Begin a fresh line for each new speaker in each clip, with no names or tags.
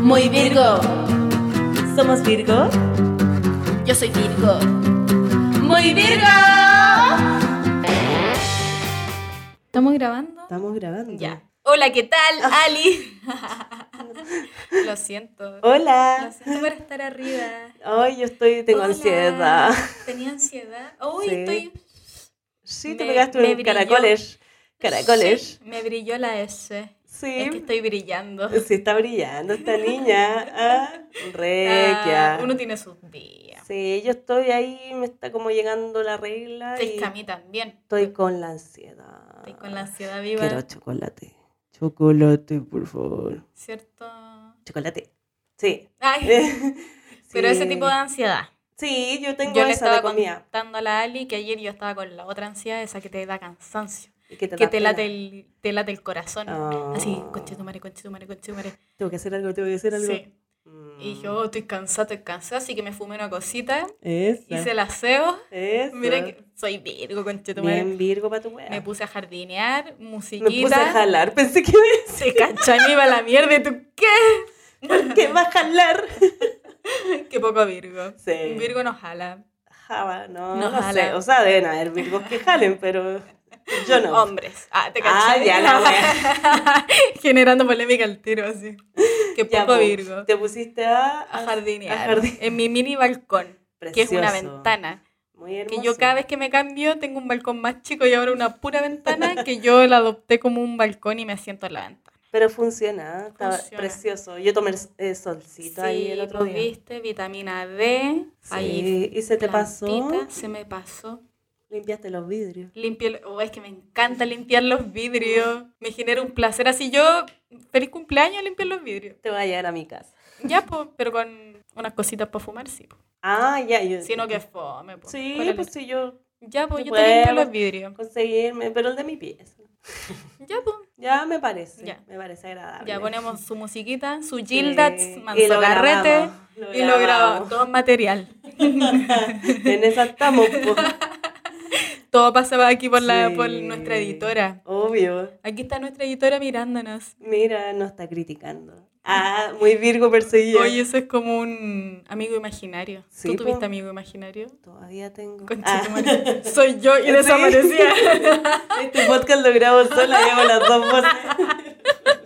Muy Virgo.
¿Somos Virgo?
Yo soy Virgo. Muy Virgo.
¿Estamos grabando?
Estamos grabando.
Ya. Hola, ¿qué tal, Ali? Lo siento. Lo
Hola.
siento por estar arriba.
Ay, yo estoy, tengo
Hola.
ansiedad.
Tenía ansiedad. Uy,
Sí.
estoy.
Sí, te
Me-
pegaste
me
unos
brilló.
caracoles. Caracoles.
Sí, me brilló la S. Es que
Sí.
estoy brillando.
Sí, está brillando esta niña. Ah,
Ah,
requia.
uno tiene sus días.
Sí, yo estoy ahí, me está como llegando la regla.
Estoy
y
a mí también.
Estoy ah, con la ansiedad.
Estoy con la ansiedad viva.
Quiero chocolate. Chocolate, por favor.
¿Cierto?
Chocolate. Sí.
Ay, pero ese
Sí.
tipo de ansiedad.
Sí, yo tengo
Yo le
esa de
estaba
comida.
contando a la Ali que ayer yo estaba con la otra ansiedad, esa que te da cansancio,
y Que te,
que
da
te late
pena.
el, te late el corazón. Así,
Ah.
conchetumare, conchetumare, conchetumare.
Tengo que hacer algo, tengo que hacer algo. Mm,
Sí. Y yo "Oh, estoy cansada, estoy cansada, así que me fumé una cosita,
Esa.
hice el aseo.
Esa.
Mira que soy virgo, conchetumare.
Bien Virgo para tu wea.
Me puse a jardinear,
Me
musiquita.
puse a jalar. Pensé que iba
Se cachan, iba a la mierda. ¿Y tú qué?
a decir, ¿qué va a jalar?
Qué poco virgo.
Sí.
Un Virgo nos jala.
Java, no,
No
no,
jala.
sé. O sea, deben haber Virgos que jalen, pero yo no.
Hombres. Ah, te
Ah,
cachai.
ya la wea.
Generando polémica al tiro, así. Qué
Ya,
poco
po.
virgo.
Te pusiste a,
A jardinear.
a jardin-
En mi mini balcón, que es una
Precioso.
ventana.
Muy
Que
hermoso.
yo cada vez que me cambio tengo un balcón más chico y ahora una pura ventana que yo la adopté como un balcón y me siento en la ventana.
Pero funciona, está
Funciona.
precioso. Yo tomé eh, solcito ahí el otro
pues,
día.
viste, vitamina D.
Sí,
Ahí
y se te pasó.
plantita, Se me pasó.
Limpiaste los vidrios.
Limpio, el- oh, es que me encanta limpiar los vidrios. Me genera un placer. Así yo, feliz cumpleaños, limpiar los vidrios.
Te voy a llevar a mi casa.
Ya, pues, pero con unas cositas para fumar, sí. po.
Ah, ya, yo.
Si no, que fome. po.
Sí,
¿Cuál es la-
pues sí, yo
Ya, pues,
Yo
yo te limpio
puedo.
los vidrios.
conseguirme, pero el de mi pieza.
Ya, pues.
Ya me parece,
Ya.
me parece agradable.
Ya ponemos su musiquita, su
Ah, Sí,
Gildat,
y
Manso
lo
Carrete.
grabamos, lo
Y lo grabamos,
grabamos.
todo material.
En esa estamos, po.
Todo pasaba aquí por, la,
Sí.
por nuestra editora.
Obvio.
Aquí está nuestra editora mirándonos.
Mira, no está criticando. Ah, muy Virgo perseguido.
Oye, eso es como un amigo imaginario.
Sí,
¿Tú
po.
tuviste amigo imaginario?
Todavía tengo. Ah.
Conchetumare. Soy yo y
Sí.
desaparecía.
Ah, este podcast lo grabo sola, llevo las dos voces.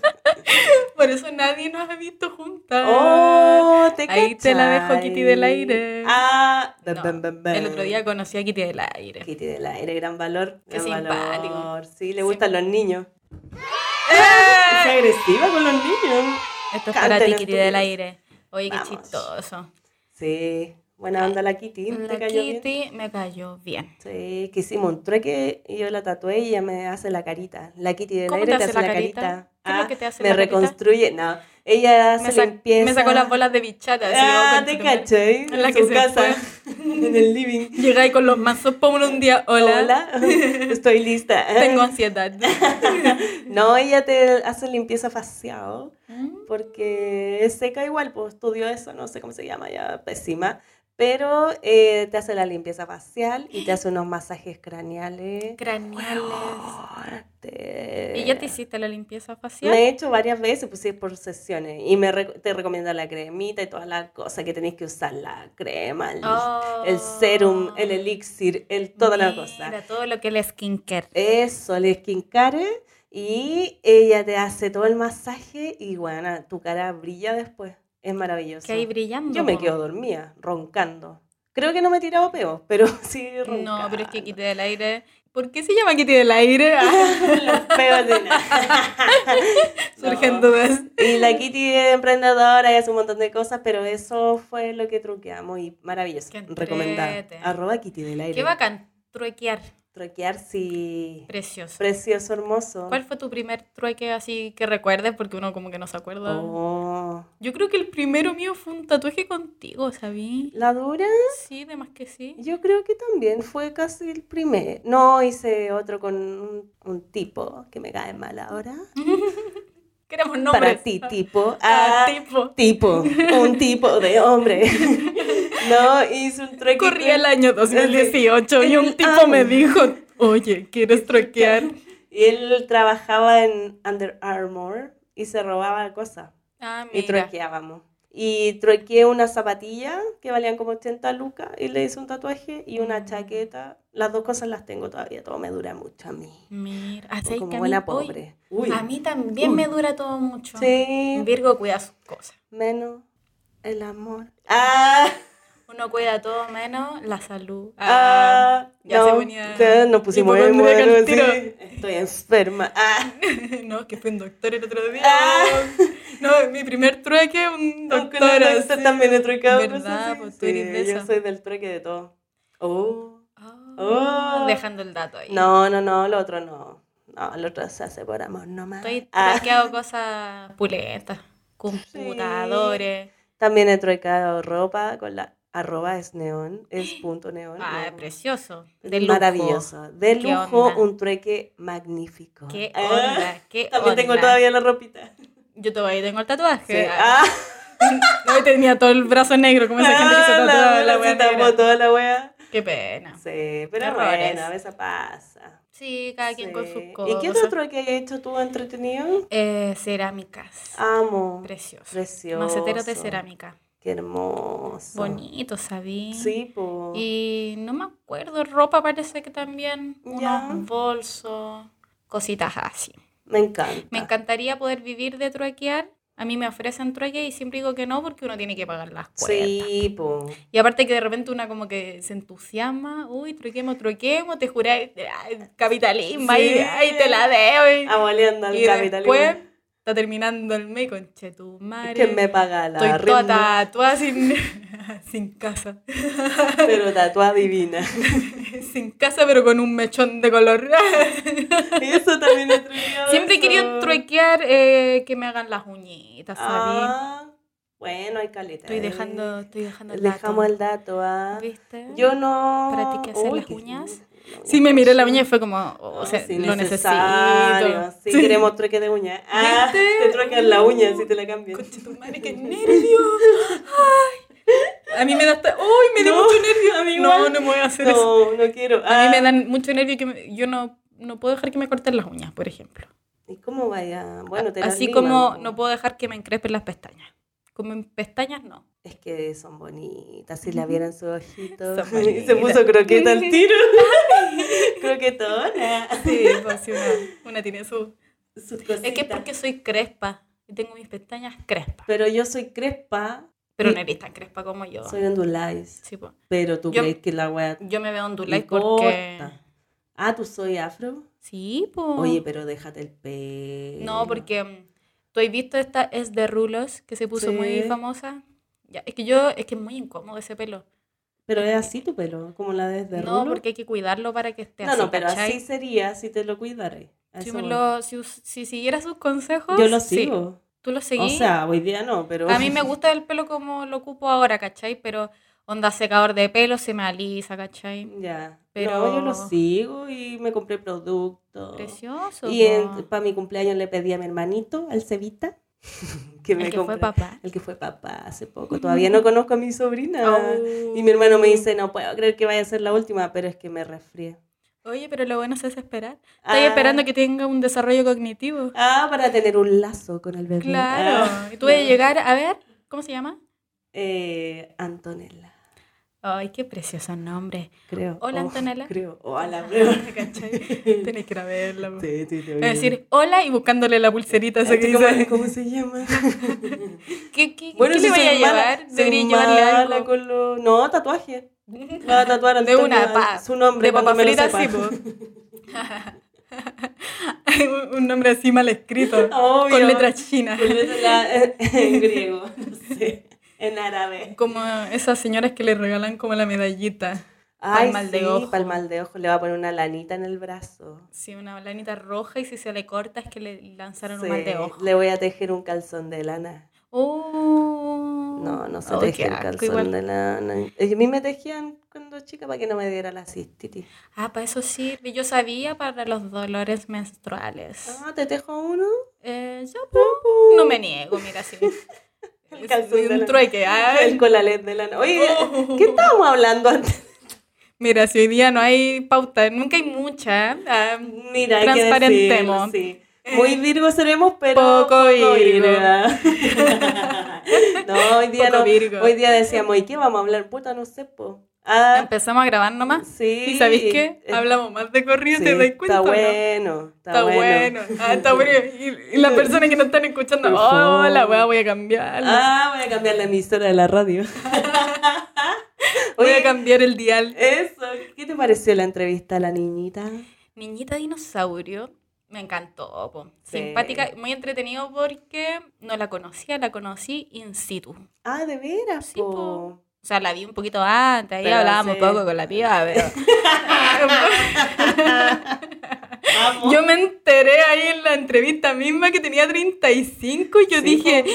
Por eso nadie nos ha visto juntas.
Oh, te
Ah. Ahí te la dejo,
cachai.
Kitty del aire.
Ah,
No,
bam, bam, bam.
El otro día conocí a Kitty del Aire.
Kitty del aire, gran valor.
Qué
Gran
simpático.
valor. Sí, le
Sí. ¡Eh!
gustan los niños. Es agresiva con los niños.
Esto es
Canta
para ti,
en el
Kitty
estudio.
del Aire. Oye, qué
Vamos.
chistoso.
Sí, buena onda la Kitty. ¿Te
La
cayó bien?
Kitty me cayó bien.
Sí, que hicimos un trueque y yo la tatué y ella me hace la carita. La Kitty del
¿Cómo
aire
te hace la carita? ¿Qué es lo
Ah,
que te hace
me
la carita?
reconstruye. No, ella hace
Me, sa-
limpieza.
me sacó las bolas de bichata. así,
Ah,
oh,
te
conchetumare.
caché.
En
En
la
la
que
su
se
casa, en el living.
Llega ahí con los mansos pómulos un día. Hola,
Hola, estoy lista.
tengo ansiedad.
No, ella te hace limpieza facial
Mm,
porque es seca igual, pues estudió eso, no sé cómo se llama, ya pésima. Pero eh, te hace la limpieza facial y te hace unos masajes craneales.
Craneales.
Fuerte.
¿Y ya te hiciste la limpieza facial?
Me he hecho varias veces, pues sí, por sesiones. Y me reco- te recomienda la cremita y todas las cosas que tenéis que usar: la crema, el,
Oh.
el serum, el elixir, el, toda la
Mira,
cosa.
todo lo que es la skincare.
Eso, el skincare. Y ella te hace todo el masaje y bueno, tu cara brilla después. Es maravilloso.
que hay brillando.
Yo me
po.
quedo dormida, roncando. Creo que no me he tirado peos, pero sí roncando.
No, pero es que Kitty del Aire. ¿Por qué se llama Kitty del Aire? Ah,
Los peos de nada.
Surgen dudas.
Y la Kitty es emprendedora y hace un montón de cosas, pero eso fue lo que truqueamos y maravilloso.
Qué entrete.
Recomendar. Arroba Kitty del aire.
Qué bacán truequear.
Truquear, sí.
Precioso.
Precioso, hermoso.
¿Cuál fue tu primer trueque así que recuerdes? Porque uno como que no se acuerda.
Oh.
Yo creo que el primero mío fue un tatuaje contigo, ¿sabí?
La dura,
Sí, de más que sí.
yo creo que también fue casi el primer. No, hice otro con un, un tipo que me cae mal ahora.
Queremos nombres.
Para ti, tipo.
Ah,
Ah,
tipo.
tipo. Un tipo de hombre. no, hice un trueque.
Corría el año 2018 y un tipo
Ah.
me dijo, oye, ¿quieres truequear?
Y él trabajaba en Under Armour y se robaba cosas.
Ah,
y
mira.
truequeábamos. Y truequeé unas zapatillas que valían como 80 lucas y le hice un tatuaje y una
Mm.
chaqueta. Las dos cosas las tengo todavía, todo me dura mucho a mí.
Mira, así que a mí,
como
hoy-
buena pobre.
Uy,
a mí también me dura todo mucho.
Sí,
Virgo cuida sus cosas.
menos el amor. Ah,
Uno cuida todo menos la salud.
ah,
ya
no,
se ponía
ya nos pusimos emo,
hipocondríaca al
bueno, sí.
tiro.
Estoy enferma. Ah,
no, que fue un doctor el otro día.
Ah.
No, mi primer trueque, un doctor.
doctora,
así.
también he trucado.
¿Verdad? Pues tú eres de
Yo
esa.
soy del trueque de todo. Oh.
Ah,
Oh.
Dejando el dato ahí.
No, no, no, lo otro no. No, lo otro se hace por amor nomás.
Estoy
Ah,
truqueado cosas pulentas, computadores.
también he truecado ropa con la arroba es neón, es punto neón.
Ah,
no.
precioso. De lujo.
Maravilloso. De
¿Qué
lujo,
onda?
un trueque magnífico.
Qué
Ah,
onda, qué
También tengo
onda.
todavía la ropita.
Yo todavía tengo el tatuaje.
Sí.
Ah,
Ah.
No, tenía todo el brazo negro, como esa gente que se
Ah,
tatuaba
la,
la
la,
wea
se tapó
negra.
toda la wea.
Qué pena.
Sí, pero
Errores.
bueno, a veces pasa.
Sí, cada quien con
Sí.
sus cosas.
¿Y qué otro trueque has hecho tú entretenido?
Eh, cerámicas.
Amo.
Precioso.
Ah, Precioso.
Maceteros de cerámica.
Qué hermoso.
Bonito, sabí.
Sí, po.
Y no me acuerdo, ropa parece que también. Unos
Ya.
bolsos, cositas así.
Me encanta.
Me encantaría poder vivir de truequear. A mí me ofrecen trueque y siempre digo que no porque uno tiene que pagar las cuentas.
Sí, po.
Y aparte que de repente una como que se entusiasma, uy, truquemos, truquemos, te juré, ay, capitalismo,
Sí. Ah,
ahí, ahí te la debo. Y,
Aboleando al
y
capitalismo.
después está terminando el mes con che tu madre.
Que me paga la
Estoy toda
arriendo,
tatuada sin, sin casa.
pero tatuada divina.
sin casa, pero con un mechón de color.
Eso también es truqueado.
Siempre he querido truequear eh, que me hagan las uñitas, ¿sabes?
Ah, bueno, hay caleta.
estoy
eh.
dejando, estoy dejando el
Dejamos
dato,
el dato, ¿ah?
¿Viste?
Yo no.
¿Para ti qué hacer las
qué-
uñas?
la
Sí, me miré la
cochina.
uña y fue como, o
Ah,
sea,
sí,
lo
necesario.
necesito.
Sí, queremos truque de uña. Ah, te truecan la uña si te la cambian.
Conche tu madre, qué nervio. Ay. A mí me da hasta. ¡Uy! Me da
No,
mucho nervio.
a mí
no,
igual.
no me voy a hacer eso.
No, no quiero.
A mí
Ah,
me dan mucho nervio que me- yo no, no puedo dejar que me corten las uñas, por ejemplo.
¿Y cómo vaya? Bueno, Ah, te las
Así
liman,
como
po.
no puedo dejar que me encrespen las pestañas. Como en pestañas no.
Es que son bonitas, si la vieran sus ojitos.
Son
Y se
bonitas.
puso croqueta al tiro. Croquetona.
Sí, pues sí, una, una tiene su.
Sus
Es que es
cositas.
porque soy crespa. Y tengo mis pestañas crespas.
Pero yo soy crespa,
Pero
Y-
no eres tan crespa como yo.
soy ondulais.
Sí, po.
Pero tú
Yo-
crees que la wea
Yo me veo ondulada porque.
importa. Ah, tú soy afro.
Sí, pues.
Oye, pero déjate el pelo.
No, porque mm, tú has visto esta es de Rulos que se puso muy
Sí.
famosa. Ya, es que yo, es que es muy incómodo ese pelo.
Pero es así tu pelo, como la de de
no,
rulo.
porque hay que cuidarlo para que esté
No,
así.
no, pero
¿cachai?
así sería si te lo cuidaras. A
si,
eso
me
voy.
lo- si us- si siguiera sus consejos.
Yo lo
sí.
sigo.
¿Tú lo
O
seguís?
sea, hoy día no, pero.
A mí me gusta el pelo como lo ocupo ahora, ¿cachai? Pero onda secador de pelo se me alisa, ¿cachai?
Ya.
Pero-
Pero yo lo sigo y me compré productos.
Precioso.
Y
po.
para mi cumpleaños le pedí a mi hermanito, al Cevita, que
El
me
que fue
compró.
papá.
El que fue papá hace poco. Todavía no conozco a mi sobrina.
Oh.
Ah, Y mi hermano me dice, no puedo creer que vaya a ser la última, pero es que me resfrié.
Oye, pero lo bueno es esperar.
Ah.
Estoy esperando que tenga un desarrollo cognitivo.
Ah, para tener un lazo con el bebé.
Claro.
Ah.
Y tú de llegar, a ver, ¿cómo se llama?
Eh, Antonella,
Ay, qué precioso nombre.
creo.
Hola,
Oh,
Antonella.
Creo. Hola, creo.
¿Cachai? Tenés que ir a verla. po.
Sí, sí, te
Es
oigo.
decir, hola y buscándole la pulserita esa que
¿Cómo,
dice.
cómo se llama?
¿Qué, qué, ¿qué
si
le voy
soy
a
mala-
llevar?
soy
Debería llevarle
mala
algo.
con lo- No, tatuaje. Me Va a tatuar
De
Antonio
una pa,
su nombre
de
cuando
papa
me lo
frita,
sepa.
sí, po. Un- un nombre así mal escrito.
Obvio.
Con letras chinas.
Con letras la- en griego, no sé, en árabe.
Como esas señoras que le regalan como la medallita. Pa'l mal de ojo.
Pal mal de ojo, le va a poner una lanita en el brazo.
Sí, una lanita roja y si se le corta es que le lanzaron
Sí,
un mal de ojo.
Le voy a tejer un calzón de lana.
Oh.
No, no se
Ay,
teje
qué
el
asco,
calzón
igual.
de lana. Eh, A mí me tejían cuando chica para que no me diera la cistitis.
Ah, para eso sirve. Yo sabía para los dolores menstruales.
Ah, ¿te tejo uno?
Eh, yo po, no me niego, mira, sí.
El
Es
calzón de
un
la-
trueque. ay.
El colalet de lana. Oye,
Oh.
¿qué estábamos hablando antes?
Mira, si hoy día no hay pauta, nunca hay mucha. ah,
Mira, hay que
transparentemos. Eh,
decirlo, sí. Muy Virgo seremos, pero
Poco Virgo.
no, hoy día
Poco
no.
Virgo.
Hoy día decíamos, ¿y qué vamos a hablar? Puta, no sé, po. Ah,
Empezamos a grabar nomás.
sí.
¿Y sabéis qué?
eh,
Hablamos más de
sí,
corriente, ¿te das cuenta?
Está
o no?
bueno, está,
Está
bueno.
bueno. Ah, está bueno. Y, y las personas que nos están escuchando,
Por
oh,
favor.
la weá voy a cambiarla.
Ah, voy a cambiar la emisora de la radio.
voy
Oye,
a cambiar el dial.
eso, ¿qué te pareció la entrevista a la niñita?
Niñita dinosaurio. Me encantó, po.
Sí.
simpática, muy entretenido porque no la conocía, la conocí in situ.
Ah, de veras,
Sí,
po.
po. O sea, la vi un poquito antes, ahí
Pero
hablábamos
sí.
poco con la piba, pero
Vamos.
yo me enteré ahí en la entrevista misma que tenía 35 y yo
Sí,
dije,
po.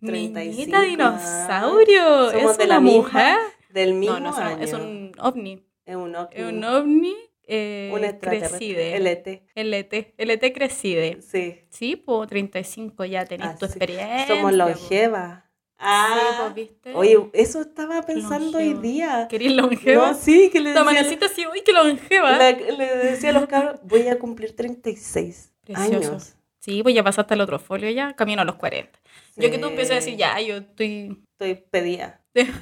niñita
35,
dinosaurio,
Somos
es
de
una
la
mujer.
misma- del mismo
No, no somos-
año.
es un ovni.
Es un ovni.
Es un ovni eh,
Un extraterrestre. e-
crecide. E
LT.
LT. LT crecide.
Sí.
Sí, pues 35 ya tenés tu
Así.
experiencia.
Ah, Somos
po.
longevas.
Sí,
Ah.
pues, ¿viste?
Oye, eso estaba pensando hoy
Longeva.
día.
¿Querís longeva?
No, sí, que le
Te
decía,
amaneciste así, uy, que longeva.
la- le decía a los cabros, voy a cumplir 36
Precioso.
años.
Sí, pues ya pasaste al otro folio ya, camino a los 40. Yo que tú empiezo a
Sí,
decir, ya, yo estoy...
Estoy pedida. Estoy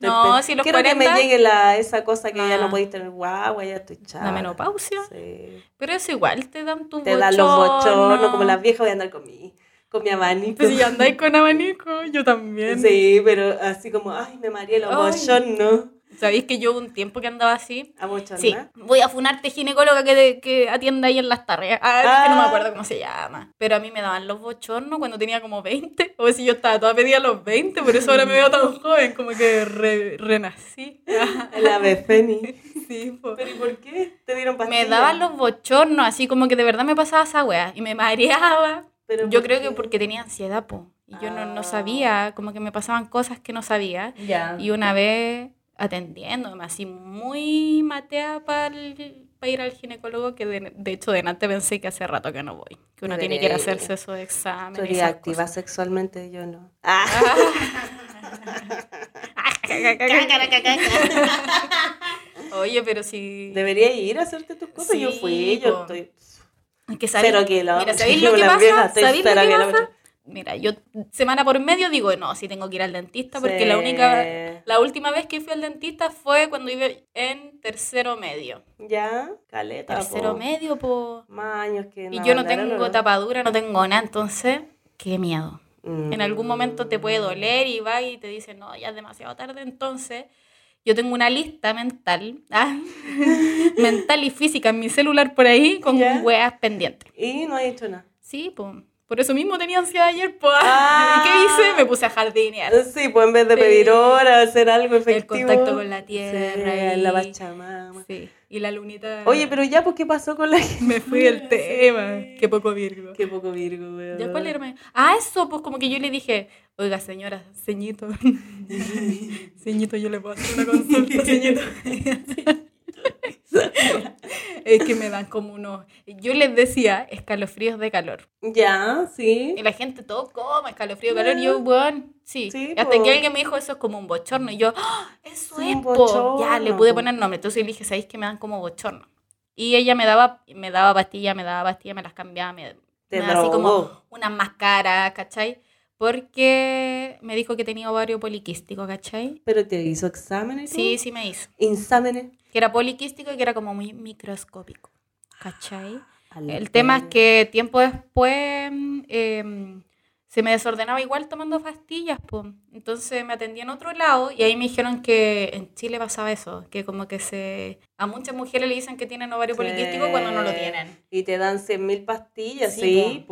no,
pedida.
si los
Quiero
40...
que me llegue la, esa cosa que ya
Ah.
no podéis tener guagua, ya estoy chata.
La menopausia.
Sí.
Pero eso igual te dan tu
Te dan los bochornos, como las viejas voy a andar con mi, con mi abanico.
Pues si andáis con abanico, yo también.
Sí, pero así como, ay, me mareé los
Ay.
bochornos.
¿Sabéis que yo hubo un tiempo que andaba así?
A bochornar.
Sí, voy a funarte ginecóloga que, de- que atienda ahí en las tardes. Ah, es que no me acuerdo cómo se llama. Pero a mí me daban los bochornos cuando tenía como 20. O si yo estaba toda pedida a los 20, por eso ahora me veo tan joven, como que re- renací.
El ave fénix.
sí, po.
¿Pero y por qué? ¿Te dieron pastillas?
Me daban los bochornos, así como que de verdad me pasaba esa wea y me mareaba.
¿Pero
Yo
por
creo que
qué?
porque tenía ansiedad, po. Y yo no, no
Ah. Ah.
sabía, como que me pasaban cosas que no sabía.
Ya.
Y una vez atendiéndome, así muy matea para ir al ginecólogo, que de, de hecho delante pensé que hace rato que no voy. Que uno tiene que ir a
Debería ir.
hacerse esos exámenes.
Soy
y esas
activa
cosas.
sexualmente, yo no. Ah.
Oye, pero si...
Debería ir a hacerte tus cosas. yo
Sí,
fui,
po.
yo estoy
Que sabéis-
cero kilos.
Mira, ¿sabéis lo que
Las
pasa?
viejas, estoy
¿Sabéis lo
cero
que
kilos.
pasa? Mira, yo semana por medio digo, no, si tengo que ir al dentista, porque
Sí.
la única... La última vez que fui al dentista fue cuando iba en tercero medio.
Ya, caleta.
Tercero
po.
medio, po.
Más años que
Y
nos
yo no
mandaron,
tengo
¿no?
tapadura, no tengo nada, entonces, qué miedo.
Mm.
En algún momento te puede doler y va y te dicen, no, ya es demasiado tarde, entonces yo tengo una lista mental, ah, mental y física en mi celular por ahí con
¿Ya?
weas pendientes.
Y no he hecho nada.
Sí, po. Por eso mismo tenía ansiedad ayer, po.
Ah.
¿Y qué hice? Me puse a jardinear.
Sí, pues en vez de pedir
Eh, Sí.
horas, hacer algo
El
efectivo.
contacto con la
Sí,
tierra y...
la Pachamama.
Sí, y la lunita...
Oye, pero ya, pues, ¿qué pasó con la
Me fui del tema. Qué poco virgo.
Qué poco Virgo, weón.
Ya cuál era más- Ah, eso, pues como que yo le dije, oiga, señora, ceñito. ceñito, yo le puedo hacer una consulta, ceñito. es que me dan como unos. Yo les decía escalofríos de calor.
Ya, sí.
Y la gente todo como escalofrío de calor. Y yo, weón, sí.
Mm. Sí,
Y hasta
po.
que alguien me dijo, eso es como un bochorno. Y yo, ¡Ah, eso
Sí,
es,
un
po. Ya, le
bochorno,
pude
po.
poner nombre. Entonces le dije, ¿sabéis que me dan como bochorno? Y ella me daba, me daba pastilla, me daba pastilla, me las cambiaba, me,
Te
me daba así como
drogó.
unas más caras, ¿cachai? Porque me dijo que tenía ovario poliquístico, ¿cachai?
Pero te hizo exámenes. y
Sí,
todo?
sí me hizo.
Exámenes.
Que era poliquístico y que era como muy microscópico, ¿cachai?
Al
El tema es
perro.
que tiempo después mm, eh, se me desordenaba igual tomando pastillas, po. Entonces me atendí en otro lado y ahí me dijeron que en Chile pasaba eso, que como que se... A muchas mujeres le dicen que tienen ovario
Sí.
poliquístico cuando no lo tienen.
Y te dan 100.000 pastillas,
Sí,
sí,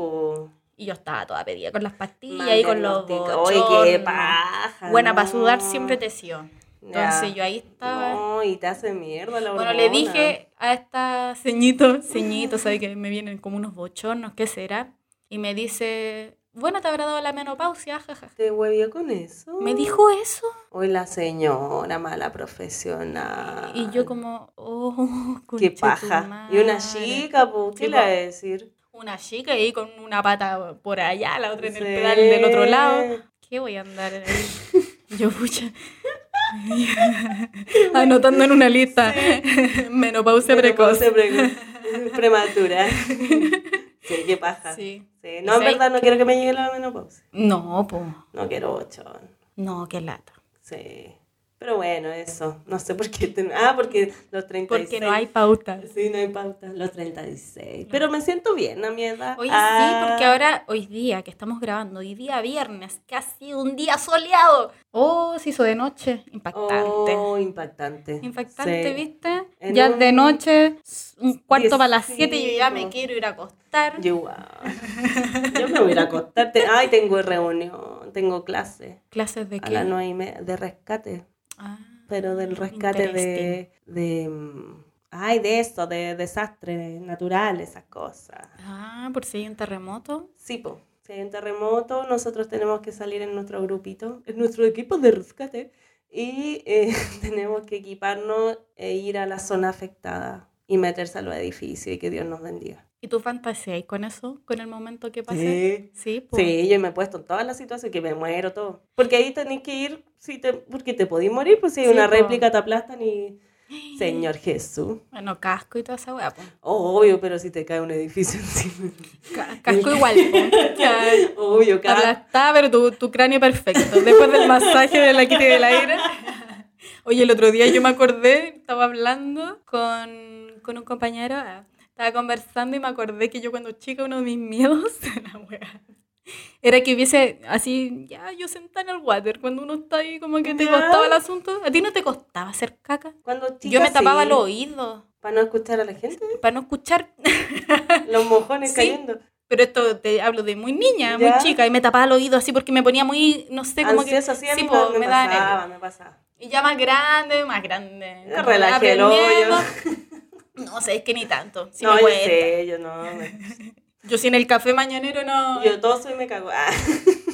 Y yo estaba toda pedida con las
po.
pastillas y con los
Diagnóstico. Oye, qué
bochornos.
paja.
Buena,
no.
para sudar siempre te sió. Entonces
Ya.
yo ahí estaba.
No, y te hace mierda la
bueno, le
hormona.
dije a esta ceñito, ceñito, ¿sabes que me vienen como unos bochornos? ¿Qué será? Y me dice, bueno, te habrá dado la menopausia, jajaja.
¿Te huevió con eso?
Me dijo eso.
Hoy la señora mala profesional.
Y yo como, oh,
Qué paja.
conchetumare.
Y una chica, pues, ¿qué
Sí,
le va a
po.
decir?
Una chica y con una pata por allá, la otra en el
Sí.
pedal del otro lado. ¿Qué voy a andar ahí? Yo, pucha. Anotando en una lista. Menopausia
Pero
precoz.
pausa precoz. Prematura. Sí, qué paja.
Sí.
Sí. No, en
¿Sabes
verdad no quiero que me llegue la menopausia.
No, pues.
No quiero ocho.
No, qué lata.
Sí. Pero bueno, eso. No sé por qué. ten- Ah, porque los 36.
Porque no hay pautas.
Sí, no hay pauta. Los 36. Pero me siento bien a mi edad.
Oye,
Ah,
sí, porque ahora, hoy día que estamos grabando, hoy día viernes, casi un día soleado. Oh, se hizo de noche. Impactante.
Oh, impactante.
Impactante,
Sí.
¿viste?
En
ya
un-
de noche, un cuarto para las
Diecisiete.
7 y yo ya me quiero ir a acostar.
Yo, ah, yo me voy a ir a acostar. Te- Ay, tengo reunión, tengo clase
¿Clases de
a
qué?
las nueve y media de rescate.
Ah,
Pero del rescate de, de. mm, Ay, de eso, de desastres naturales, esas cosas.
ah, por si hay un terremoto.
Sí, po. Si hay un terremoto, nosotros tenemos que salir en nuestro grupito, en nuestro equipo de rescate, y eh, tenemos que equiparnos e ir a la zona afectada y meterse a los edificios y que Dios nos bendiga.
¿Y tú fantaseáis con eso? ¿Con el momento que pase?
Sí.
Sí, pues, po.
Sí, yo me he puesto en todas las situaciones que me muero todo. Porque ahí tenés que ir, si te, porque te podís morir, pues si hay
Sí,
una
po.
réplica te aplastan y... Señor Jesús.
Bueno, casco y toda esa weá, po.
Oh, obvio, pero si te cae un edificio encima.
Ca- casco igual, po. Ya,
Obvio,
Te
cada...
aplastaba, pero tu, tu cráneo perfecto. Después del masaje de la quita y del aire. Oye, el otro día yo me acordé, estaba hablando con, con un compañero, ah, estaba conversando y me acordé que yo cuando chica uno de mis miedos, la wea, era que hubiese así, ya, yo sentada en el water, cuando uno está ahí como que te
Ya.
costaba el asunto. ¿A ti no te costaba hacer caca?
Cuando chica,
Yo me tapaba
sí,
los oídos
Para no escuchar a la gente,
para no escuchar,
los mojones
Sí.
cayendo.
pero esto te hablo de muy niña, muy
Ya.
chica, y me tapaba los oídos así porque me ponía muy, no sé, como que...
Ansiosa, sí, a
sí,
mí
po,
me, me
me da
pasaba, me pasaba.
Y ya más grande, más grande.
Ya
como
relajé el hoyo.
aprendiendo. No sé, es que ni tanto. Si
no,
me
yo
cuesta.
sé, yo no. me-
Yo sin el café mañanero no.
Yo todo soy me cago. Ah,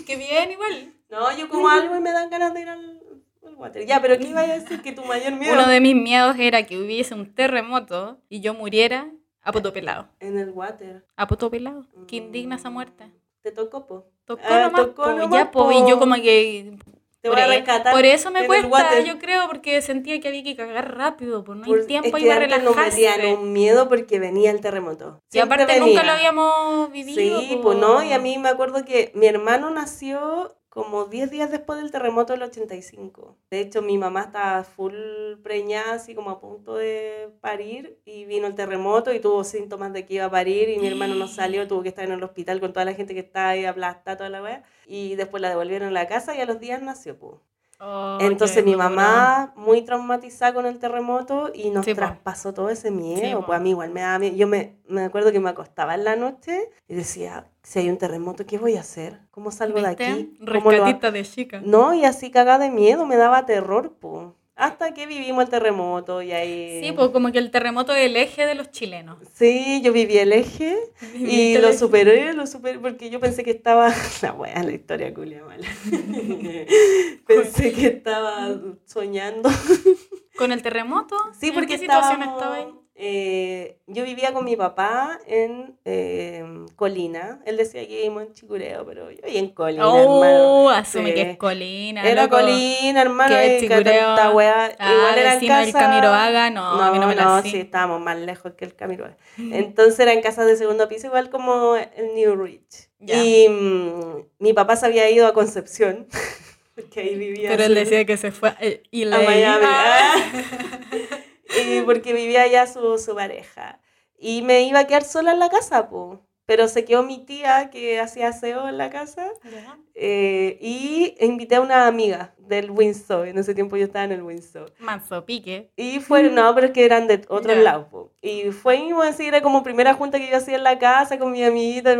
Qué bien, igual.
No, yo como algo y me dan ganas de ir al, al water. Ya, pero ¿qué iba a decir que tu mayor miedo?
Uno de mis miedos era que hubiese un terremoto y yo muriera a poto pelado.
En el water.
A poto pelado. Qué indigna esa
Mm.
muerte.
Te tocó, po.
Tocó
Ah,
nomás,
tocó
po,
nomás,
ya, po,
po.
Y yo como que...
Te voy a
por e-
rescatar.
por eso
en
me
el
cuesta,
water.
yo creo, porque sentía que había que cagar rápido, por no
Por-
hay tiempo,
es
iba a
que antes nos metían
relajarse.
un miedo porque venía el terremoto.
Y
Siempre
aparte
venía.
nunca lo habíamos vivido.
Sí,
po.
pues no, y a mí me acuerdo que mi hermano nació como 10 días después del terremoto del 85. De hecho, mi mamá estaba full preñada, así como a punto de parir, y vino el terremoto y tuvo síntomas de que iba a parir, y mi hermano no salió, tuvo que estar en el hospital con toda la gente que estaba ahí aplastada, toda la weá, y después la devolvieron a la casa y a los días nació, pues.
Oh,
Entonces
qué
mi
duro.
mamá, muy traumatizada con el terremoto, y nos
Sí, po.
traspasó todo ese miedo.
Sí, po.
pues a mí igual me daba miedo. Yo me, me acuerdo que me acostaba en la noche y decía, si hay un terremoto, ¿qué voy a hacer? ¿Cómo salgo
¿Viste?
de aquí? ¿Cómo lo ha-?"
Rescatista de chica.
No, y así cagada de miedo, me daba terror, po. Hasta que vivimos el terremoto y ahí...
Sí, pues como que el terremoto es el eje de los chilenos.
Sí, yo viví el eje y
¿Viste?
lo superé, lo superé, porque yo pensé que estaba... La wea, la historia culia mala. pensé que estaba soñando.
¿Con el terremoto?
Sí,
¿En
porque
qué situación
estábamos,
estaba ahí?
eh, yo vivía con mi papá en eh, Colina. Él decía que íbamos en Chicureo, pero yo vivía en Colina, hermano.
Oh, asume
Sí.
que es Colina.
Era
loco.
Colina, hermano,
Que
y
Chicureo.
tanta weá.
Ah,
Igual eran
vecino del
casas-
Camiroaga, no, a mí no me la sé. Mm.
sí, estábamos más lejos que el Camiroaga. Entonces eran casas de segundo piso, igual como el New Rich.
Ya.
Y mm, mi papá se había ido a Concepción, porque ahí vivía.
Pero él
su-
decía que se fue a eh, y
a
le-
Miami.
Ah.
Y Eh, porque vivía allá su, su pareja. Y me iba a quedar sola en la casa, po. pero se quedó mi tía que hacía aseo en la casa.
Ya.
eh, y invité a una amiga del Windsor. En ese tiempo yo estaba en el Windsor.
Manso pique.
Y fueron, no, pero es que eran de otro
Mm. Ya.
lado. po. Y fuimos así, era como primera junta que yo hacía en la casa con mi amiguita del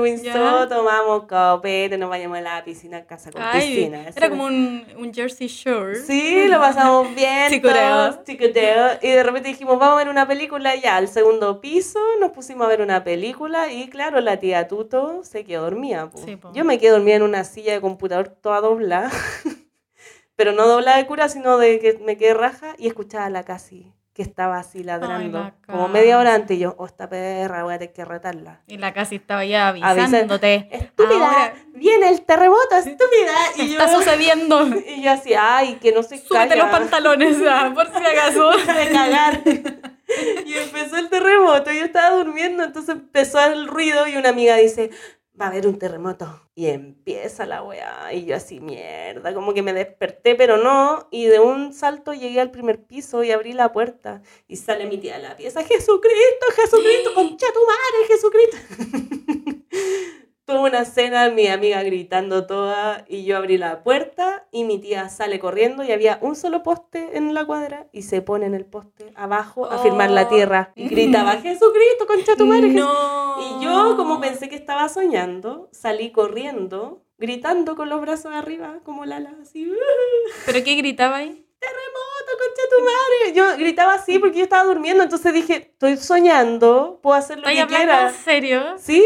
Ya.
Windsor. Tomamos copete, nos bañamos a la piscina, casa con
Ay,
piscina.
era
Eso-
como un, un Jersey Shore.
Sí, lo pasamos bien.
Chicureo.
todos, chicureo. Y de repente dijimos, vamos a ver una película ya al segundo piso. Nos pusimos a ver una película y claro, la tía Tuto se quedó dormida. po.
Sí, po.
Yo me quedé dormida en una silla de computador toda doblada. Pero no doblada de cura, sino de que me quedé raja y escuchaba a la casi que estaba así ladrando.
la
como media hora
Casi.
antes y yo, oh, esta perra, voy a tener que retarla.
Y la casa estaba ya
Avisa-
avisándote.
Estúpida,
Ahora-
viene el terremoto, estúpida. Y yo,
Está sucediendo.
y yo así, ay, que no se
Súbete los
calla".
pantalones, ah, por si acaso.
de cagar. Y empezó el terremoto, yo estaba durmiendo, entonces empezó el ruido y una amiga dice, va a haber un terremoto. Y empieza la weá, y yo así, mierda, como que me desperté, pero no, y de un salto llegué al primer piso y abrí la puerta, y sale mi tía de la pieza, Jesucristo, Jesucristo, concha tu madre, Jesucristo. Tuve una cena, mi amiga gritando toda, y yo abrí la puerta, y mi tía sale corriendo, y había un solo poste en la cuadra, y se pone en el poste abajo a firmar la
Oh.
tierra, y gritaba, Jesucristo, concha tu madre, Jesucristo.
No.
Y yo, como pensé que estaba soñando, salí corriendo, gritando con los brazos arriba, como Lala, así, "¡Uh!
¿Pero qué gritaba ahí?
¡Terremoto, concha de tu madre! Yo gritaba así porque yo estaba durmiendo, entonces dije, estoy soñando, puedo hacer lo
¿Estás
que
hablando en
quiera.
serio?
¿Sí?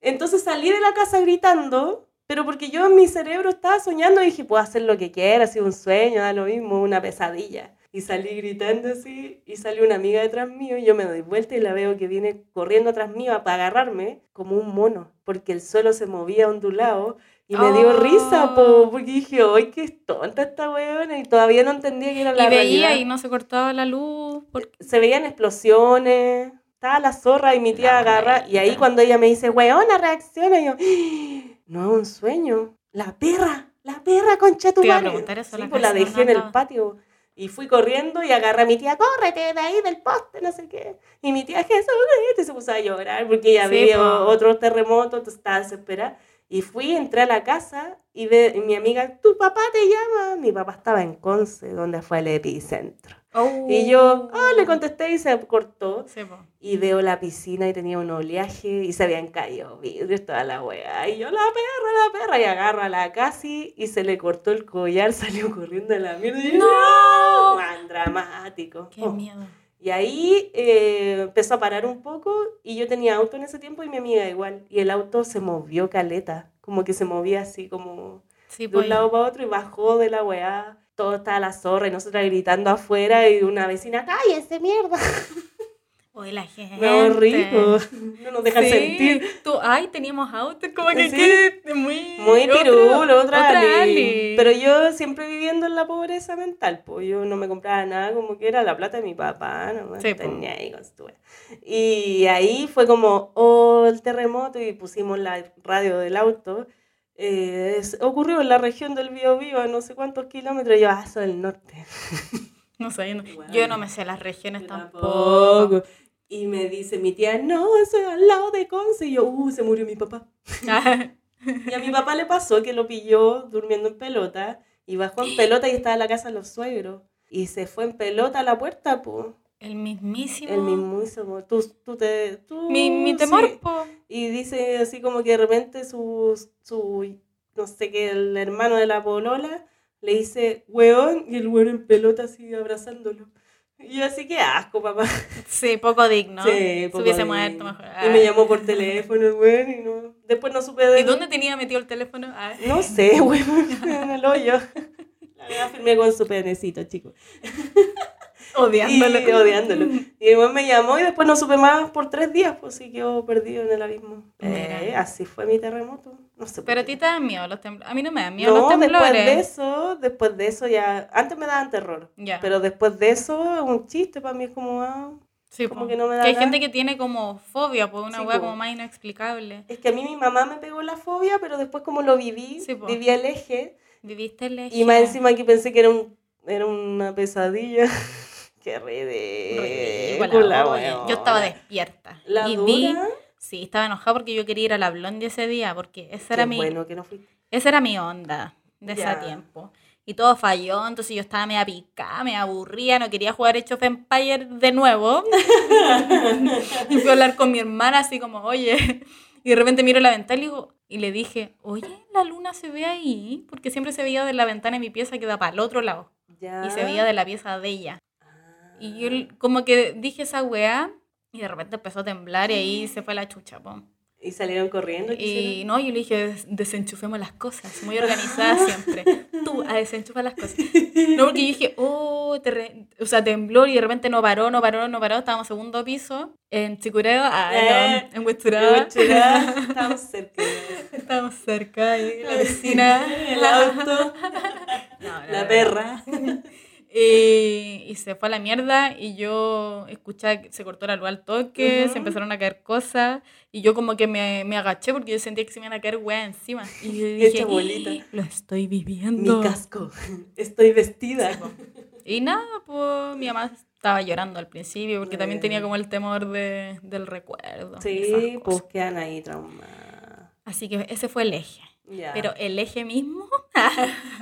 Entonces salí de la casa gritando, pero porque yo en mi cerebro estaba soñando y dije, puedo hacer lo que quiera, si un sueño, da lo mismo, una pesadilla. Y salí gritando así, y salió una amiga detrás mío, y yo me doy vuelta y la veo que viene corriendo atrás mío para agarrarme como un mono, porque el suelo se movía ondulado, y me dio
Oh.
risa, po, porque dije, ¡ay, qué tonta esta weona! Y todavía no entendía que era la
y veía
realidad.
y no se cortaba la luz. porque-
se veían explosiones, estaba la zorra y mi tía
La
agarra, y ahí
maldita.
cuando ella me dice, weona, reacciona, yo, "¡Ah! no es un sueño, la perra, la perra, concha tu
Te iba a
madre.
preguntar eso,
Sí,
la
pues la
canción
dejé en el
andaba.
patio. Y fui corriendo y agarré a mi tía, córrete de ahí del poste, no sé qué. Y mi tía Jesús y se puso a llorar porque ella
Sí,
vio
po.
otro terremoto, entonces estaba desesperada. Y fui, entré a la casa y ve, y mi amiga, tu papá te llama. Mi papá estaba en Conce, donde fue el epicentro. Y yo, ah, le contesté y se cortó.
Sí, po.
Y veo la piscina y tenía un oleaje y se habían caído vidrios, toda la weá. Y yo, la perra, la perra. Y agarro a la casi y se le cortó el collar, salió corriendo a la mierda. Y yo,
¡No!
Man, dramático.
Qué
Oh.
miedo.
Y ahí eh, empezó a parar un poco y yo tenía auto en ese tiempo y mi amiga igual. Y el auto se movió caleta, como que se movía así como
Sí, pues,
de
po,
un lado para otro y bajó de la weá. Todo estaba la zorra y nosotras gritando afuera y una vecina, ¡cállese, mierda!
Oye, la gente.
No, rico. pues, No nos dejan
Sí,
sentir.
Tú, ay, teníamos autos, como que
Sí.
qué- muy.
Muy
otro-
pirulo, otra, ali.
ali.
Pero yo siempre viviendo en la pobreza mental, pues yo no me compraba nada, como que era la plata de mi papá, no
Sí, pues. po.
tenía ahí con su wea. Y ahí fue como, oh, el terremoto y pusimos la radio del auto. Eh, es- ocurrió en la región del Biobío, a no sé cuántos kilómetros, y yo, ah, soy del norte.
No sé, yo no, yo
Bueno.
no me sé las regiones
Yo
tampoco.
tampoco. Y me dice mi tía, no, eso es al lado de Conce. Y yo, uh, se murió mi papá. Y a mi papá le pasó que lo pilló durmiendo en pelota. Y bajó en pelota y estaba en la casa de los suegros. Y se fue en pelota a la puerta, po.
El mismísimo.
El mismísimo. Tú, tú te. tú-
Mi, mi temor,
sí.
po.
Y dice así como que de repente su, su no sé qué, el hermano de la polola le dice, weón, y el weón en pelota así abrazándolo. Y yo así que asco, papá.
Sí, poco digno.
Sí,
Se
poco
hubiese
bien.
muerto mejor. Ah.
Y me llamó por teléfono, el weón, y no. Después no supe de.
¿Y dónde tenía metido el teléfono? Ah.
No sé, weón, en el hoyo. La verdad, firmé con su penecito, chicos.
Odiándolo.
Y odiándolo. Y el weón me llamó y después no supe más por tres días, pues sí quedó perdido en el abismo.
Mira.
Eh, así fue mi terremoto. No sé. por
Pero a ti
qué.
te dan miedo los temblores. A mí no me dan miedo
No,
los temblores.
después de eso, después de eso ya. Antes me daban terror.
Ya.
Pero después de eso, es un chiste para mí es como. ah,
Sí,
como
po.
que no me da
hay
nada.
gente que tiene como fobia por una
Sí,
hueá
po.
como más inexplicable.
Es que a mí mi mamá me pegó la fobia, pero después como lo viví,
Sí, po.
viví el eje,
Viviste el
Y más encima que pensé que era, un, era una pesadilla. Qué ridícula, weona.
Yo estaba despierta.
eh, La
y
dura,
vi, sí, estaba enojada porque yo quería ir a la blondie ese día, porque esa era
qué
mi,
bueno que no fui.
esa era mi onda de
Ya.
ese tiempo. Y todo falló, entonces yo estaba media picada, me aburría, no quería jugar Age of Empire de nuevo. y fui a hablar con mi hermana así como, oye. Y de repente miro la ventana y, digo, y le dije, oye, la luna se ve ahí, porque siempre se veía de la ventana de mi pieza que da para el otro lado.
Ya.
Y se veía de la pieza de ella.
Ah.
Y yo l- como que dije esa weá y de repente empezó a temblar y ahí se fue la chucha, po.
Y salieron corriendo. ¿qué
Y
hicieron?
no, yo le dije, "Des- desenchufemos las cosas, muy organizada siempre. Tú, a desenchufar las cosas. No, porque yo dije, oh, terre- o sea, tembló y de repente no paró, no paró, no paró. Estábamos en segundo piso, en Chicureo, ah,
Eh,
no, en Huechuraba.
Churá, Estamos cerca.
Estábamos cerca, y la vecina, Ah.
El auto,
No, no, no,
la
no.
perra.
Eh, Y, y se fue a la mierda y yo escuchaba que se cortó la luz al toque,
Ujú.
se empezaron a caer cosas y yo como que me, me agaché porque yo sentía que se me iban a caer weas encima. Y yo dije,
Hecha bolita.
"Ih, lo estoy
Mi
viviendo.
casco. Estoy vestida.
Y nada, pues mi mamá estaba llorando al principio porque también tenía
Eh.
como el temor de, del recuerdo. y esas
Sí,
cosas.
pues quedan ahí traumadas.
Así que ese fue el eje.
Ya.
Pero el eje mismo,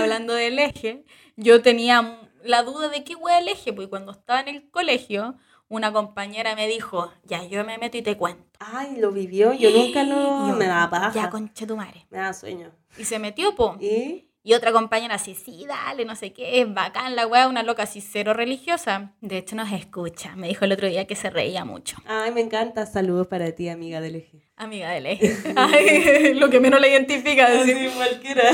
hablando del eje, yo tenía m- la duda de qué hueá el eje, porque cuando estaba en el colegio, una compañera me dijo, ya, yo me meto y te cuento.
Ay, lo vivió. Yo nunca lo.
Y yo,
me daba paja.
Ya, concha tu madre.
Me daba sueño.
Y se metió, po.
¿Y?
Y otra compañera así, sí, dale, no sé qué, es bacán la weá, una loca así, cero religiosa. De hecho, nos escucha. Me dijo el otro día que se reía mucho.
Ay, me encanta. Saludos para ti, amiga del eje.
Amiga del eje. Ay, lo que menos la identifica, decimos.
cualquiera.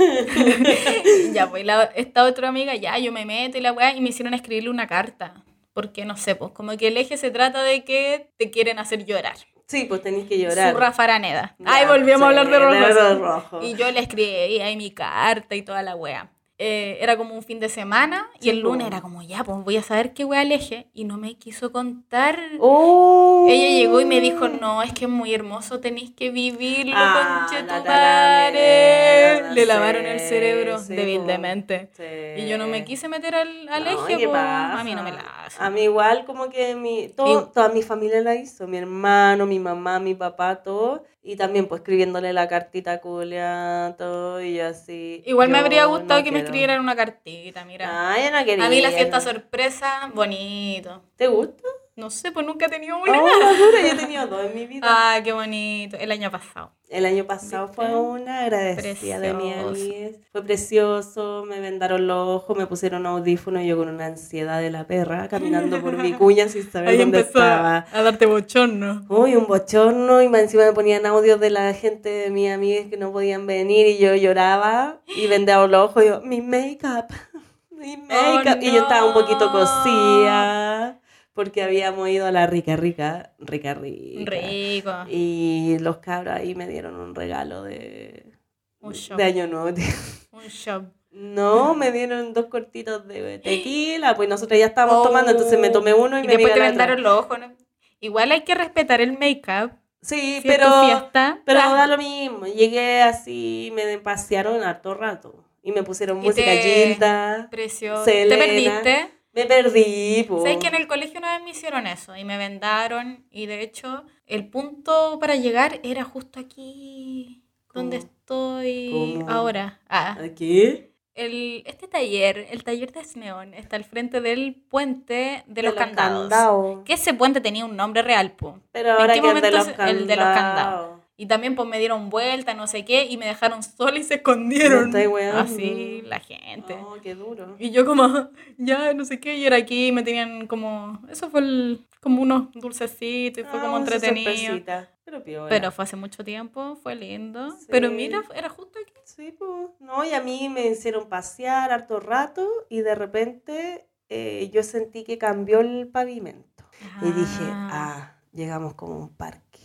ya, pues la- esta otra amiga, ya, yo me meto y la weá, y me hicieron escribirle una carta. Porque no sé, pues como que el eje se trata de que te quieren hacer llorar.
Sí, pues tenéis que llorar.
Zurra Faraneda.
Ya,
Ay, volvíamos a
sí,
hablar de Rorroso.
de rojo.
Y yo le escribí ahí mi carta y toda la wea. Eh, era como un fin de semana y
Sí,
el lunes
po.
era como, ya, pues voy a saber qué wea el eje. Y no me quiso contar.
Oh.
Ella llegó y me dijo, no, es que es muy hermoso, tenéis que vivirlo,
Ah, la tala
conchetumare".
mierda,
Le lavaron
sí,
el cerebro
sí, po.
débilmente.
Sí.
Y yo no me quise meter al, al
Eh, No,
eje,
¿qué
po.
pasa?
a mí no me la
A
hacen.
mí igual como que mi, todo-
Mi-
toda mi familia la hizo, mi hermano, mi mamá, mi papá, todo. Y también pues escribiéndole la cartita culia, todo y yo así.
Igual me
yo
habría gustado
no
que me
quiero. Ah,
escribieran una cartita, mira.
Ay, yo no quería.
a mí la fiesta
no.
sorpresa, bonito.
¿Te gusta?
No sé, pues nunca he tenido
Oh,
una.
la dura, yo he tenido dos en mi vida.
Ah, qué bonito. El año pasado.
El año pasado fue
¿Viste?
una agradecida de mi
Precioso.
amigues. Fue precioso, me vendaron los ojos, me pusieron audífonos y yo con una ansiedad de la perra caminando por mi cuña sin saber dónde estaba.
a darte bochorno.
Uy, un bochorno y más encima me ponían audios de la gente de mis amigas que no podían venir y yo lloraba y vendaba los ojos y yo, mi make-up, mi make-up. Y yo estaba un poquito
Oh, no.
cosida porque habíamos ido a la rica, rica, rica, rica.
Rico.
Y los cabros ahí me dieron un regalo de,
Un show.
de año nuevo. tío.
Un show.
No, me dieron dos cortitos de tequila, pues nosotros ya estábamos
Oh.
tomando, entonces me tomé uno y,
Y
me
después te
regalé otro.
vendaron los ojos. ¿no? Igual hay que respetar el make-up.
Sí,
Si es tu
pero...
fiesta,
Pero
ah,
da lo mismo, llegué así, me pasearon harto rato y me pusieron
Y
música
te-
Gilda.
precioso.
Selena.
¿Te perdiste?
Me perdí, po.
¿Sabes que en el colegio una vez me hicieron eso y me vendaron y de hecho el punto para llegar era justo aquí donde
¿Cómo?
estoy
¿Cómo?
ahora. Ah,
¿Aquí?
el, este taller, el taller de Sneón, está al frente del puente de, los, candados.
candados.
Que ese puente tenía un nombre real, po.
Pero
¿En
ahora
qué
que el de
momento
los
es
candados.
el de los candados? Y también pues me dieron vuelta, no sé qué, y me dejaron sola y se
Me
escondieron.
estáis weando.
Así la gente.
Oh, qué duro.
Y yo como, ya, no sé qué, y era aquí, y me tenían como, eso fue el- como unos dulcecitos, y fue
Ah,
como
una
entretenido.
sorpresita. Pero piola.
Pero fue hace mucho tiempo, fue lindo.
Sí.
Pero mira, era justo aquí.
Sí, pues. No, y a mí me hicieron pasear harto rato y de repente eh, yo sentí que cambió el pavimento. Y dije, ah, llegamos como a un parque.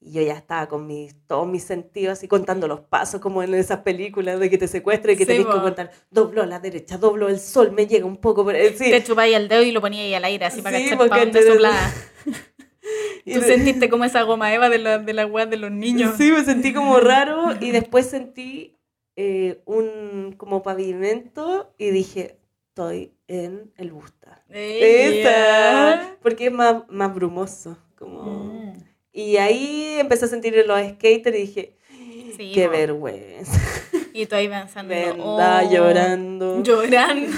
Y yo ya estaba con mis, todos mis sentidos así contando los pasos, como en esas películas de que te secuestran y que
Sí,
tenés que
po.
contar, dobló a la derecha, dobló el sol, me llega un poco por el sí.
Te chupáis el dedo y lo ponía ahí al aire, así para
Sí,
cachar
porque
para dónde
te-
soplaba.
Y
Tú
me-
sentiste como esa goma Eva de la, de la weá de los niños.
Sí, me sentí como raro y después sentí eh, un como pavimento y dije, estoy en el Busta.
Ey,
Esa,
ya.
porque es más, más brumoso, como...
Mm.
Y ahí empecé a sentir los skaters y dije,
Sí,
qué
po.
vergüenza.
Y tú ahí pensando,
Venda
oh,
llorando.
Llorando.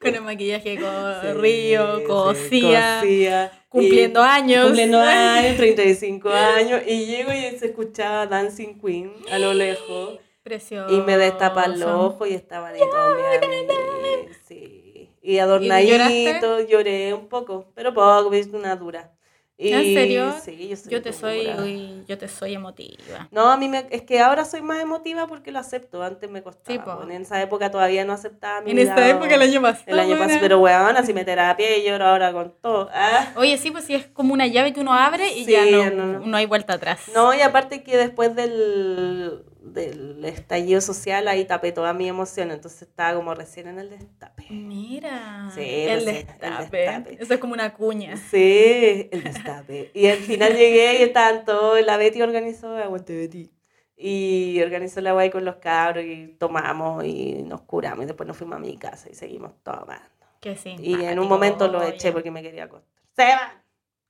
Con el maquillaje con
Sí,
río,
sí,
cosía.
cosía.
Cumpliendo
Y-
años.
Cumpliendo años, 35 años. Y llego y se escuchaba Dancing Queen a lo lejos.
Precioso.
Y me destapan los ojos y estaban ahí todos mis amigos, sí. Y adornadito, lloré un poco, pero poco, me hice una dura. Y,
¿En serio?
Sí, yo, soy
Yo te soy,
dura.
uy, yo te soy emotiva.
No, a mí me, es que ahora soy más emotiva porque lo acepto. Antes me costaba.
Sí, po.
pues, En esa época todavía no aceptaba mi
En esta
lado-
época el año pasado.
El año pasado,
era-
pero weón, así me terapia y lloro ahora con todo. Ah.
Oye, sí, pues sí, es como una llave que uno abre y
Sí,
ya no,
no, no.
no hay vuelta atrás.
No, y aparte que después del, del estallido social, ahí tapé toda mi emoción, entonces estaba como recién en el destape.
Mira.
Sí,
el,
recién, el
destape.
destape.
Eso es como una cuña.
Sí, el destape. Y al final llegué y estaban todos, la Betty organizó, "Ah, aguante Betty, y organizó la guay con los cabros y tomamos y nos curamos y después nos fuimos a mi casa y seguimos tomando.
Que sí.
Y en un momento lo eché porque me quería acostar. ¡Se van!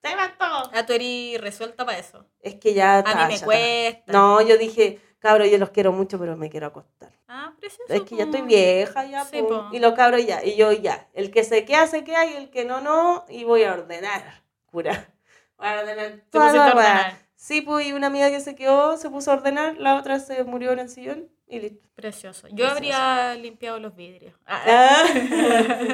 ¡Se van todos!
Ah, tú eres resuelta para eso.
Es que ya
A
estaba
mí me
chata.
cuesta.
No, yo dije, cabros, yo los quiero mucho, pero me quiero acostar.
Ah, pero eso
Es que ya estoy
po.
vieja, ya,
Sí,
po.
po.
Y los cabros ya, y yo ya. El que se queda, se queda, y el que no, no, y voy a ordenar, cura. Voy a ordenar
Te
toda
pusiste
la
a
weá.
ordenar.
Sí, pues, y una amiga que se quedó se puso a ordenar, la otra se murió en el sillón, y listo.
Precioso. Yo
Precioso.
habría limpiado los vidrios. Ah,
Ah.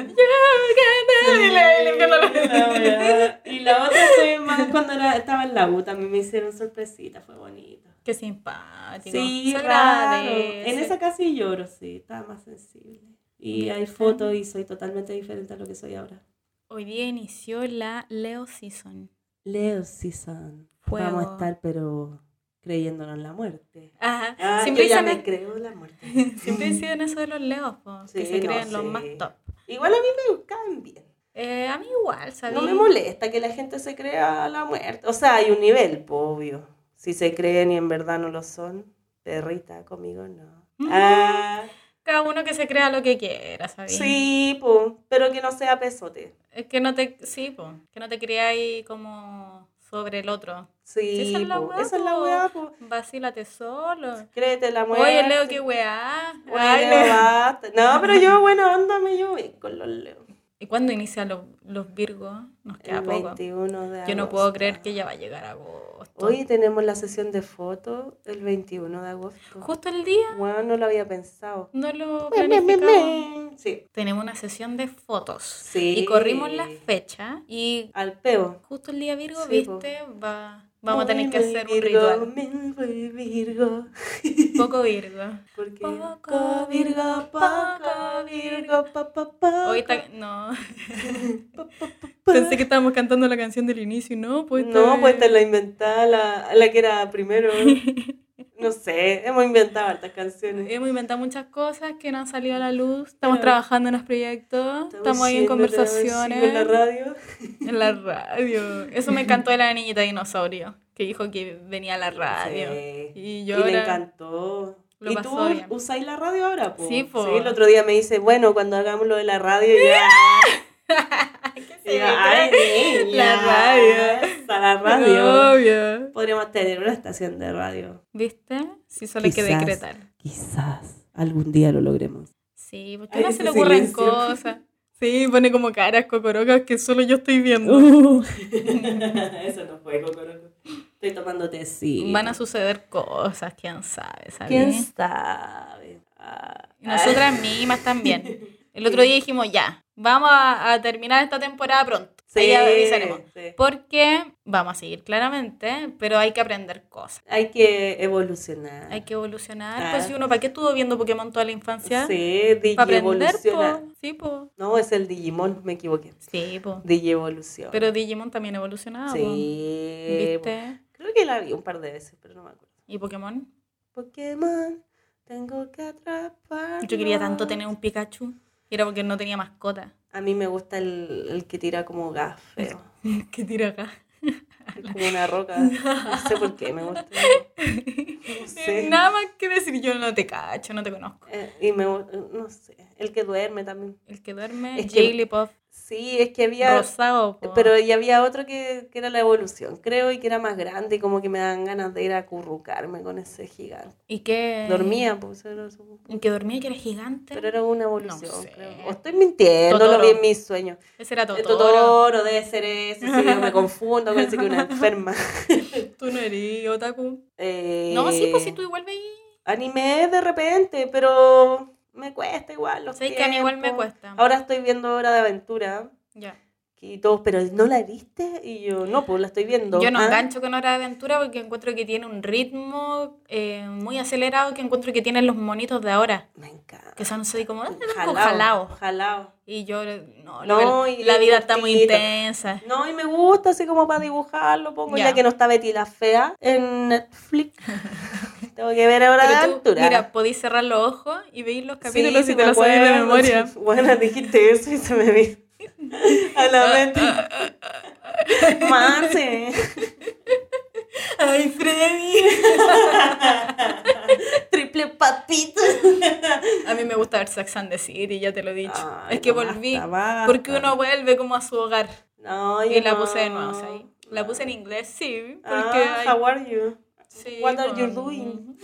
y le- limpiando los
La
vidrios.
weá. y la otra fue más cuando era- estaba en la U, también me hicieron sorpresita, fue bonito.
Qué simpático.
Sí,
Se
raro.
agradece.
En esa casi lloro, sí, estaba más sensible. Y hay fotos y soy totalmente diferente a lo que soy ahora.
Hoy día inició la Leo Season.
Leo Season. Vamos a
Fuego.
estar, pero creyéndonos en la muerte.
Ajá.
Ah,
Siempre
yo ya
dicen,
me creo en la muerte.
siempre dicen eso de los leos, po, que
Sí,
se
no,
creen los
sí.
más top.
Igual a mí me caen bien.
Eh, a mí igual, ¿sabes?
No me molesta que la gente se crea la muerte. O sea, hay un nivel, po, obvio. Si se creen y en verdad no lo son, perrita, conmigo no.
Mm.
Ah,
Cada uno que se crea lo que quiera, ¿sabes?
sí, po, pero que no sea pesote.
Es que no te, sí, po, que no te creáis como sobre el otro.
Sí,
Esa es la
po,
weá,
esa es la
po.
weá, po.
Vacílate solo.
Créete la muerte.
Oye, Leo, qué weá.
Oye,
Ay,
Leo,
Leo.
basta. No, pero yo, buena onda, me llevo bien con los Leo.
¿Y cuándo inicia los, los Virgos? Nos queda
El
poco.
21 de agosto.
Yo no puedo creer que ya va a llegar agosto.
Hoy tenemos la sesión de fotos el 21 de agosto.
Justo el día
Bueno, no lo había pensado.
no lo
Me, me, me,
planificamos.
me. Sí,
Tenemos una sesión de fotos.
Sí.
Y corrimos la fecha. Y
al peo.
justo el día Virgo,
Sí, po.
viste, va, vamos a tener que
Muy
hacer un
Virgo,
ritual.
me voy Virgo.
Poco Virgo.
Porque
Poco
poco Virgo, poco Virgo, pa, pa, pa,
Hoy está... No.
pa, pa, pa, pa.
Pensé que estábamos cantando la canción del inicio y no, pues... esta
No,
es-
pues te la inventada, la, la que era primero. No sé, hemos inventado hartas canciones.
Hemos inventado muchas cosas que no han salido a la luz. Estamos
Claro.
trabajando en los proyectos. Estamos, ahí en
siendo traducidos
conversaciones.
En la radio.
En la radio. Eso me encantó de la niñita dinosaurio, que dijo que venía a la radio.
Sí.
Y
Y
yo
le
ahora-
encantó.
Lo
¿Y
pasó
tú
bien.
usáis la radio ahora? po?
Sí, po.
Sí, el otro día me dice, bueno, cuando hagamos lo de la radio, ya.
Sí,
ay, niña,
La radio.
esa, la radio.
Obvio.
Podríamos tener una estación de radio.
¿Viste? Sí, solo hay que
Quizás.
decretar.
Quizás algún día lo logremos.
Sí, porque
Ay,
no
ese
se le ocurren
silencio.
cosas. Sí, pone como caras cocorocas que solo yo estoy viendo.
Eso no fue, Cocoroco. Estoy tomando tecito.
Van a ¿Eh? suceder cosas, quién sabe, ¿sabes?
¿Quién sabe? Ah,
Y nosotras mismas también. El otro día dijimos, ya, vamos a, a terminar esta temporada pronto.
Sí,
Ahí avisaremos.
sí.
Porque vamos a seguir claramente, pero hay que aprender cosas.
Hay que evolucionar.
Hay que evolucionar.
Ah.
Pues si uno, ¿para qué estuvo viendo Pokémon toda la infancia?
Sí,
Para aprender,
digievolucionar.
po. Sí, po.
No, es el Digimon, me equivoqué.
Sí, po.
Digievolución.
Pero Digimon también evolucionaba, po.
sí.
¿Viste?
Creo que la vi un par de veces, pero no me acuerdo.
¿Y Pokémon?
Pokémon, tengo que atrapar.
Yo quería tanto tener un Pikachu. Y era porque no tenía mascota.
A mí me gusta el, el que tira como gas feo.
¿Qué tira acá?
Es como una roca. No sé por qué me gusta. No sé.
Nada más que decir, yo no te cacho, no te conozco.
Eh, y me gu- no sé. El que duerme también.
El que duerme,
Es que-
Jigglypuff,
Sí, es que había.
rosado. po.
Pero y había otro que, que era la evolución, creo, y que era más grande, y como que me dan ganas de ir a currucarme con ese gigante.
¿Y qué?
Dormía, pues era su-
El que dormía que era gigante.
Pero era una evolución,
Em, No sé.
creo. O estoy mintiendo, lo
Totoro.
vi en mis sueños.
Ese era Totoro.
Totoro, debe ser ese, sí, yo me confundo, parece que una enferma.
Tú no eres otaku.
Eh,
No, sí, pues si tú igual veí.
Anime de repente, pero me cuesta igual los
Sabes que a mí igual me
tiempos.
cuesta.
Ahora estoy viendo Hora de Aventura,
Ya.
Y todos, pero ¿no la viste? Y yo, no, pues la estoy viendo.
Yo no
Ah,
engancho con Hora de Aventura porque encuentro que tiene un ritmo eh, muy acelerado que encuentro que tienen los monitos de ahora,
Me encanta.
que son así como
Jalao,
jalados.
jalao.
Y yo, eh, no, la,
No,
ver-
y
la
es
vida está muy
cortito.
intensa.
No, y me gusta así como para dibujarlo, pongo
Ya.
ya que no está Betty la Fea en Netflix. Tengo que ver ahora de
Pero tú,
aventura.
mira, podéis cerrar los ojos y veis los capítulos
Sí,
y te
me
los sabéis de
acuerdo.
memoria.
Bueno, dijiste eso y se me vino a
Ah,
la mente. Marce,
¡Ay, Freddy!
triple papito.
A mí me gusta ver Sex and the City, ya te lo he dicho.
Ay,
es que
no, basta,
volví.
basta.
Porque uno vuelve como a su hogar.
No, yo
Y la
no.
puse de nuevo, o sea, ahí. La puse en inglés, sí. Porque
Ah,
hay-
how are you?
sí,
What are you
con-
doing?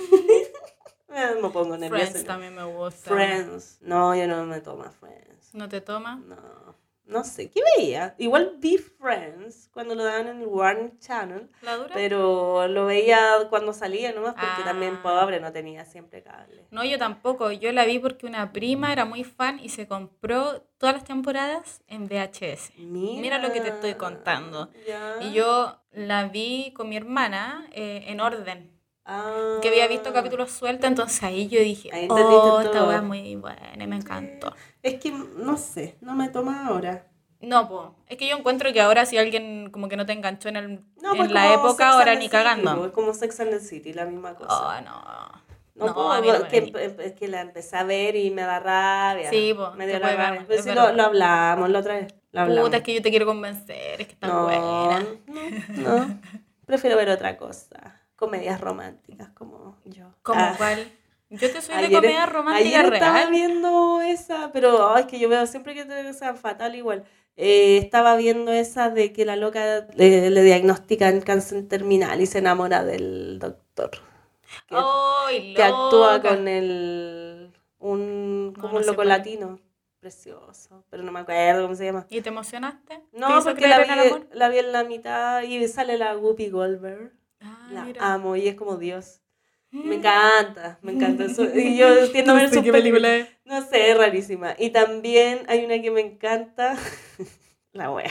Eh, me pongo nerviosa.
Friends también me gusta.
Friends. No, yo no me tomo Friends.
¿No te toma?
No. No sé, ¿qué veía? Igual vi Friends cuando lo daban en el Warner Channel,
¿La dura?
pero lo veía cuando salía nomás porque
Ah.
también pobre no tenía siempre cable.
No, yo tampoco. Yo la vi porque una prima era muy fan y se compró todas las temporadas en VHS.
Mira,
lo que te estoy contando.
Ya.
Y yo la vi con mi hermana eh, en orden,
Ah.
que había visto capítulos sueltos, entonces ahí yo dije,
Ahí entendiste
oh, esta
todo".
weá es muy buena y me encantó.
Es que no sé, no me toma ahora.
No, po. es que yo encuentro que ahora si alguien como que no te enganchó en, el,
No, pues
en la
como Sex
época,
and
ahora
the
ni
City,
cagando.
pues, como Sex and the City, la misma cosa.
Oh, no.
No,
No,
puedo,
a mí no me
que,
venía.
es que la empecé a ver y me da rabia.
Sí, po,
me
te
dio la
puede dar,
rabia. Pero
es
sí, lo,
verdad.
lo hablamos la otra vez. Lo hablamos.
Puta, es que yo te quiero convencer, es que está
no,
buena.
no, no. Prefiero ver otra cosa. Comedias románticas como yo.
¿Cómo
Ah,
cuál? Yo te soy de
ayer-
comedia romántica
ayer estaba
real.
viendo esa, pero ay, es que yo veo siempre que te sea fatal igual. Eh, estaba viendo esa de que la loca eh, le, le diagnostican cáncer terminal y se enamora del doctor. Que-
Ay,
que actúa
loca.
con el un
No,
como
no
un
sé
loco
cuál.
latino precioso pero no me acuerdo cómo se llama
¿Y te emocionaste? ¿Te
no
hizo
porque
creer
la vi, eh,
en el amor?
la vi en la mitad y sale la Whoopi Goldberg
Ah,
la
mira.
amo y es como Dios
Mm.
me encanta me encanta eso y yo tiendo a ver sus películas
es.
no sé es rarísima y también hay una que me encanta la wea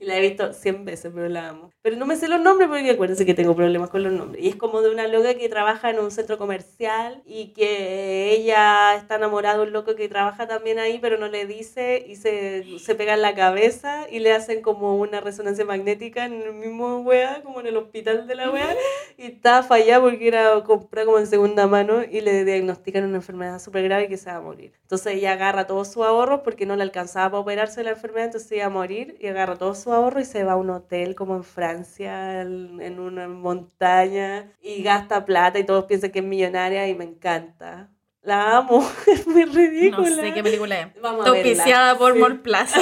y la he visto 100 veces, pero la amo. Pero no me sé los nombres porque acuérdense que tengo problemas con los nombres. Y es como de una loca que trabaja en un centro comercial y que ella está enamorada de un loco que trabaja también ahí, pero no le dice y se, se pega en la cabeza y le hacen como una resonancia magnética en el mismo wea, como en el hospital de la wea. Y está fallada porque era comprar como en segunda mano y le diagnostican una enfermedad súper grave que se va a morir. Entonces ella agarra todos sus ahorros porque no le alcanzaba para operarse la enfermedad, entonces se iba a morir y agarra todo su ahorro y se va a un hotel como en Francia, en en una montaña y gasta plata y todos piensan que es millonaria y me encanta. La amo, es muy
No
ridícula.
sé qué película es.
Vamos
Está
a verla.
auspiciada por
Sí. Ah,
Morplaza.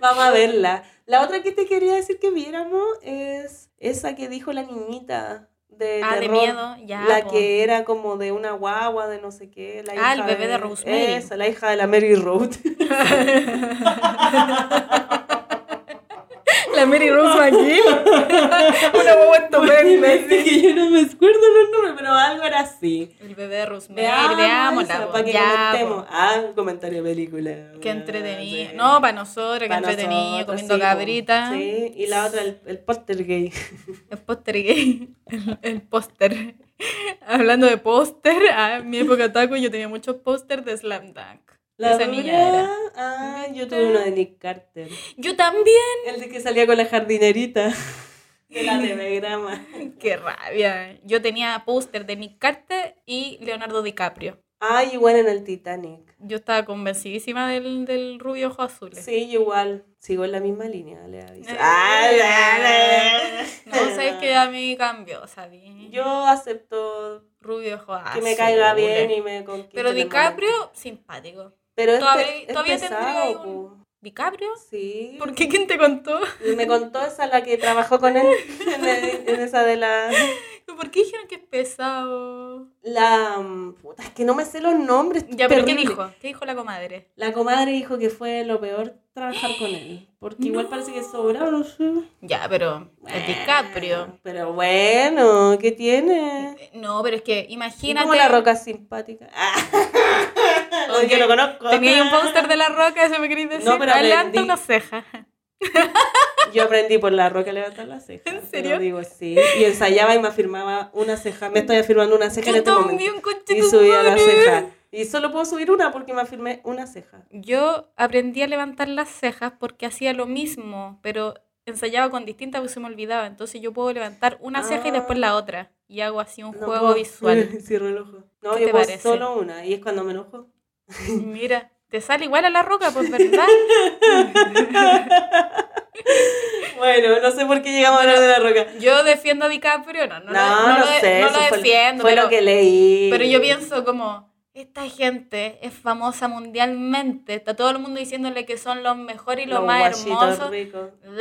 Vamos a verla. La otra que te quería decir que viéramos es esa que dijo la niñita de
ah, de
terror.
miedo, ya.
la
po.
que era como de una guagua, de no sé qué. La
Ah,
hija
el bebé de Rosemary.
Esa, la hija de la Mary Road.
La Mary Rose McGill. Una boba
pues, que yo no me acuerdo los nombres, pero algo era así.
El bebé de Rosemary,
Veamos
veámosla.
esa,
po.
Para que
Ya,
comentemos.
po.
Ah, comentario de película.
Qué entretenido.
Sí.
No, para nosotros, qué
Pa'
entretenido,
nosotros,
comiendo
sí, po.
cabrita.
Sí, y la otra, el, el poltergeist.
El póster gay. El, el póster. Hablando de póster, ah, en mi época taco yo tenía muchos pósters de Slam Dunk.
La
Esa niña
dura.
era.
Ah, yo tuve uno de Nick Carter.
Yo también.
El de que salía con la jardinerita. De la telegrama.
Qué rabia. Yo tenía póster de Nick Carter y Leonardo DiCaprio.
Ay, igual en el Titanic.
Yo estaba convencidísima del, del rubio ojo azul.
Sí, yo igual. Sigo en la misma línea, le aviso.
Eh,
Ah, la,
No
la.
sabes que a mí cambió, ¿sabí?
Yo acepto
rubio ojo azul.
que me caiga bien y me conquiste.
Pero
en el
DiCaprio, simpático.
momento. Pero es, pe-
todavía-
es
todavía tendría
pesado,
un-
po.
¿DiCaprio?
Sí.
¿Por qué? ¿Quién te contó?
Y Me contó esa la que trabajó con él. En, el- en esa de la.
¿Por qué dijeron que es pesado?
La. mm, Puta, es que no me sé los nombres.
Ya, pero ¿qué
terrible.
dijo? ¿Qué dijo la comadre?
La comadre dijo que fue lo peor trabajar con él. Porque igual parece que sobraba, no sé.
Ya, pero el DiCaprio.
Ah, Pero bueno, ¿qué tiene?
No, pero es que
Y
imagínate.
como la roca simpática. No, Yo lo conozco.
Tenía ahí un póster de la roca, eso me queréis decir.
No, pero
Adelante
aprendí.
una ceja.
Yo aprendí por la roca a levantar las cejas.
¿En
te
serio?
lo digo, sí. Y ensayaba y me afirmaba una ceja. Me estoy afirmando una ceja en
Yo
este momento.
también, conche
Y
tu
subía la
madre.
ceja. Y solo puedo subir una porque me afirmé una ceja.
Yo aprendí a levantar las cejas porque hacía lo mismo, pero ensayaba con distintas porque se me olvidaba. Entonces yo puedo levantar una ceja y después la otra. Y hago así un
Ah. No
juego
puedo.
visual.
Cierro el ojo. No,
¿Qué
yo
te
puedo
parece?
solo una. Y es cuando me enojo.
Mira, te sale igual a la roca, pues verdad.
Bueno, no sé por qué llegamos a hablar de la roca.
Yo defiendo a DiCaprio, no, no,
No,
lo-
no,
no lo, de-
sé.
no lo
eso fue-
defiendo.
Fue,
pero,
lo que leí.
pero yo pienso como, esta gente es famosa mundialmente, está todo el mundo diciéndole que son los mejores y los,
Los
más
guachitos
hermosos.
ricos.
Deben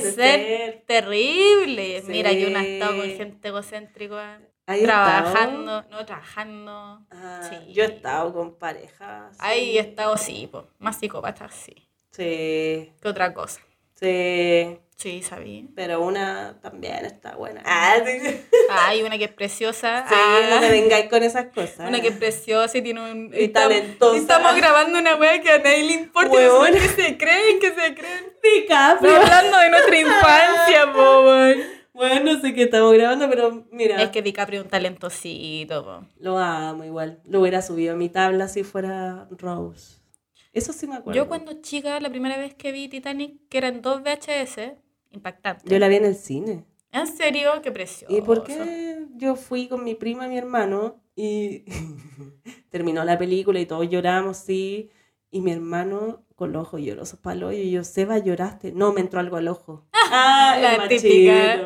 Deben
ser terribles.
Sí.
Mira, yo no he estado con gente egocéntrica
Ahí
trabajando, no trabajando.
estaba. Ah,
Sí.
Yo he estado con parejas.
Ahí he estado, sí, po, más psicópata, sí.
Sí,
Que otra cosa.
sí.
Sí, sabía.
Pero una también está buena. Ah, sí. sí.
Hay una que es preciosa.
Sí,
Ah.
no te vengáis con esas cosas.
Una que es preciosa y tiene un.
Y
estamos-
talentosa.
y Estamos grabando una wea que a nadie le importa.
Huevón.
Que se creen, que se creen.
DiCaprio.
Pero hablando de nuestra infancia, po, weón.
Bueno, no sé qué estamos grabando, pero mira.
Es que DiCaprio es un talentosito, po.
Lo amo igual. Lo hubiera subido a mi tabla si fuera Rose. Eso sí me acuerdo.
Yo cuando chica, la primera vez que vi Titanic, que eran dos VHS, impactante.
Yo la vi en el cine.
En serio, qué precioso.
¿Y por qué yo fui con mi prima y mi hermano y terminó la película y todos lloramos, sí? Y mi hermano con los ojos llorosos para el hoyo y yo, Seba, lloraste. No, me entró algo al ojo. ah,
La
el machito,
típica.
sí.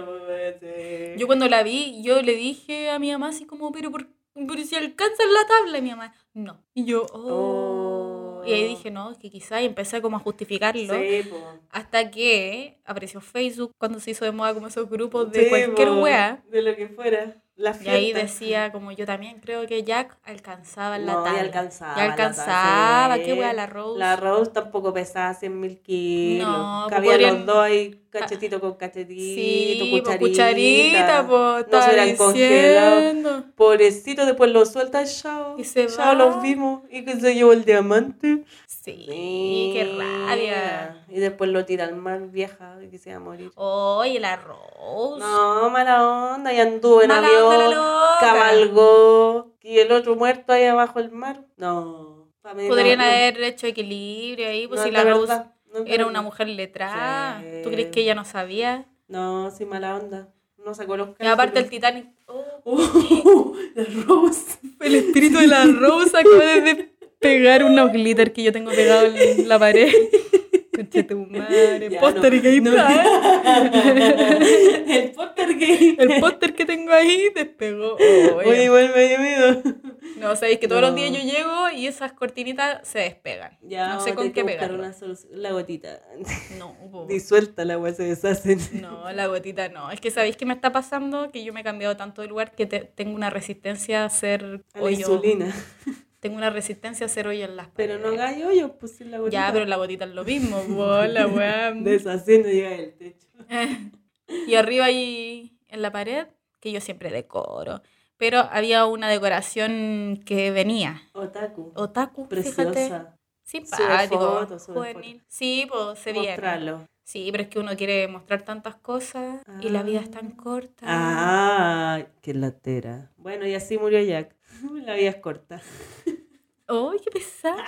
Yo cuando la vi, yo le dije a mi mamá así como, pero, por, pero si alcanzan la tabla, y mi mamá, no. Y yo, oh.
Oh.
Y ahí dije, no, es que quizá, y empecé como a justificarlo.
Sí, po.
Hasta que apareció Facebook cuando se hizo de moda como esos grupos de
Sí,
cualquier
po,
wea.
De lo que fuera. La
Y ahí
fiesta.
decía, como yo también creo que Jack alcanzaba la
No,
tabla.
ya alcanzaba.
Ya
la tabla,
alcanzaba,
sí.
qué wea la Rose.
La Rose tampoco pesaba 100 mil kilos.
No, pues
Cabían
podrían-
los dos ahí, cachetito con cachetito,
Sí, po,
cucharita.
cucharita, pues. po,
no se
estaba
hubieran congelado.
diciendo.
Pobrecito, después lo suelta y chao.
Y se
Chao,
va.
los vimos. Y que se llevó el diamante.
Sí, qué rabia.
Y después lo tira al mar, vieja, que se va a morir.
Oye, la Rose.
No, mala onda, y anduvo en
Mala
avión,
onda la loca.
cabalgó, y el otro muerto ahí abajo el mar. No. pa' mí no,
Podrían
no.
haber hecho equilibrio ahí, pues
No,
si
es
la
verdad,
Rose
no es
era
verdad.
una mujer letrada.
Sí.
¿Tú crees que ella no sabía?
No, sí, mala onda. No sacó los
Y aparte el Titanic. Oh,
Uh, la Rose.
el espíritu de la Rose acaba de pegar unos glitter que yo tengo pegado en la pared. Conche tu madre,
Ya,
póster
no,
que ahí
no.
está.
el póster gay.
El póster que tengo ahí despegó. Oye.
Oye, igual me dio miedo.
No, sabéis que todos
No.
los días yo llego y esas cortinitas se despegan.
Ya,
no sé con
vamos a tener que
qué Oh.
buscar
pegarlo.
una solución. La gotita.
No, po.
Disuelta la agua, se deshacen.
no, la gotita no. Es que sabéis que me está pasando que yo me he cambiado tanto de lugar que te- tengo una resistencia a hacer
A la
hoyo.
insulina.
Tengo una resistencia a hacer hoyo en las
Pero no
paredes.
gallo, yo puse la gotita.
Ya, pero la gotita es lo mismo, po, la weá.
Deshaciendo llega el techo.
Y arriba ahí en la pared, que yo siempre decoro. Pero había una decoración que venía.
Otaku.
Otaku, Oh, fíjate.
Preciosa.
Simpático,
Sube fotos, sube
juvenil. Sí, pues se viene.
Mostrarlo.
Sí, pero es que uno quiere mostrar tantas cosas y la vida es tan corta.
Ah, qué latera. Bueno, y así murió Jack. La vida es corta.
¡Ay, qué pesada!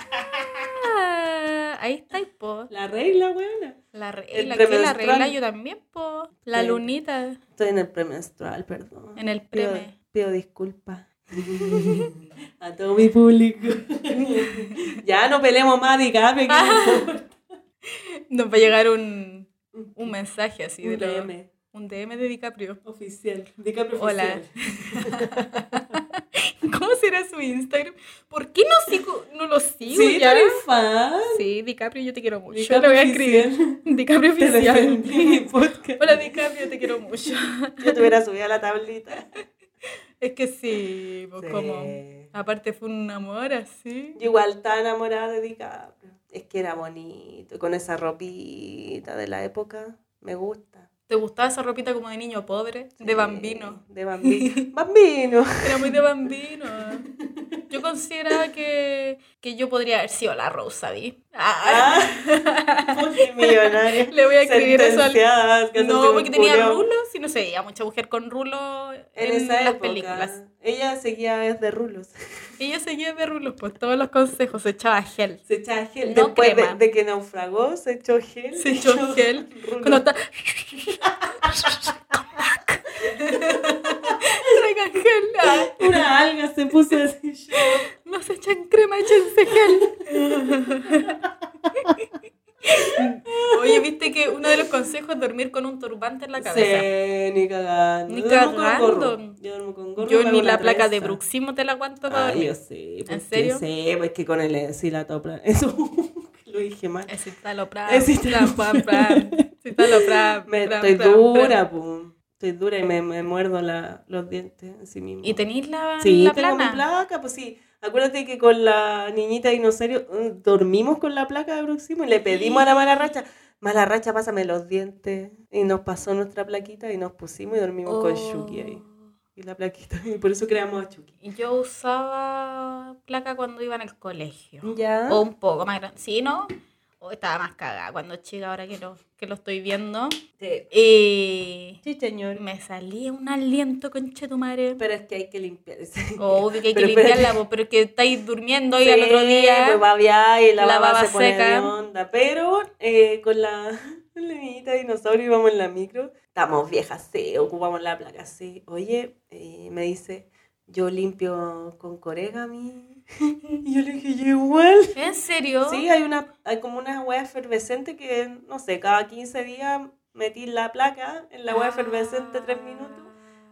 Ahí está, y po.
La regla, buena.
La regla,
Entre
que la
menstrual.
regla yo también, po. La
Sí.
lunita
Estoy en el premenstrual, perdón.
en el
Pido-
preme.
Pido disculpas. A todo mi público. ya no pelemos más, DiCaprio.
Ah.
que-
Nos va a llegar un, un mensaje así de
Un
lo-
DM
un DM de DiCaprio.
oficial. DiCaprio
Hola.
oficial.
¿Cómo será su Instagram? ¿Por qué no, sigo, no lo sigo
Sí,
ya?
eres fan.
Sí, DiCaprio, yo te quiero mucho. lo
DiCaprio
voy a escribir.
oficial.
DiCaprio
Te
oficial.
defendí en mi podcast.
Hola, DiCaprio, te quiero mucho.
Yo te hubiera subido a la tablita.
Es que sí, pues
Sí.
como. Aparte fue un amor así.
Yo igual estaba enamorada de DiCaprio. Es que era bonito, con esa ropita de la época. Me gusta.
¿Te gustaba esa ropita como de niño pobre? De
Sí,
bambino.
De bambino. bambino.
Era muy de bambino. Yo consideraba que, que yo podría haber sido la Rose, ¿sabí? Ah.
Multimillonaria.
Le voy a escribir eso al-
Sentenciadas, Ah. que eso se
No,
me
porque tenía
ocurrió.
rulos y no sé, veía mucha mujer con rulo en,
En esa
las
época,
películas.
Ella seguía de rulos.
Y yo seguía de rulos, pues todos los consejos, se echaba gel.
Se echaba gel.
No
Después de,
crema.
de que naufragó, se echó gel.
Se echó gel.
rulos.
Cuando está... Traigan gel. ah,
Una alga se puso así. yo.
No se echan crema, échense gel. Oye, viste que uno de los consejos es dormir con un turbante en la cabeza.
Sí, ni cagando.
Ni
Yo duermo con
cagando.
gorro. Yo duermo con gorro.
Yo
me
ni
hago
la
una
placa de
trenza.
bruxismo te la aguanto para
Ah,
dormir.
yo sí. porque
serio?
Sí, pues que con el sí la topla. Eso lo dije mal.
Es citalopram,
Es citalopram.
pram, pram, citalopram,
Me,
pram,
estoy
pram, pram.
dura, pum. Estoy dura y me, me muerdo la, los dientes en sí mismo.
¿Y tenéis la,
Sí,
la
tengo
plana?
mi placa, pues sí. Acuérdate que con la niñita dinosaurio mm, dormimos con la placa de bruxismo y le pedimos a la mala racha, mala racha, pásame los dientes. Y nos pasó nuestra plaquita y nos pusimos y dormimos con
Oh.
Chucky ahí. Y la plaquita, y por eso creamos a Chucky.
Y Yo usaba placa cuando iba en el colegio.
Ya.
O un poco más grande. Sí, ¿no? O estaba más cagada cuando chica, ahora que lo, que lo estoy viendo.
Sí.
Y
Sí, señor.
me salía un aliento, conche tu madre.
Pero es que hay que limpiar. sí.
Obvio que hay que
Pero espérate.
limpiarla, po, pero es que estáis durmiendo y al otro día.
Pues babia y la,
la
baba,
baba
se pone
seca.
de onda. Pero eh, con la, con la niñita dinosaurio íbamos en la micro. Estamos viejas, sí, ocupamos la placa, sí. Oye, eh, me dice, yo limpio con corégami. Y yo le dije, yo igual.
¿En serio?
Sí, hay, una, hay como una hueá efervescente que, no sé, cada 15 días metí la placa en la hueá efervescente tres minutos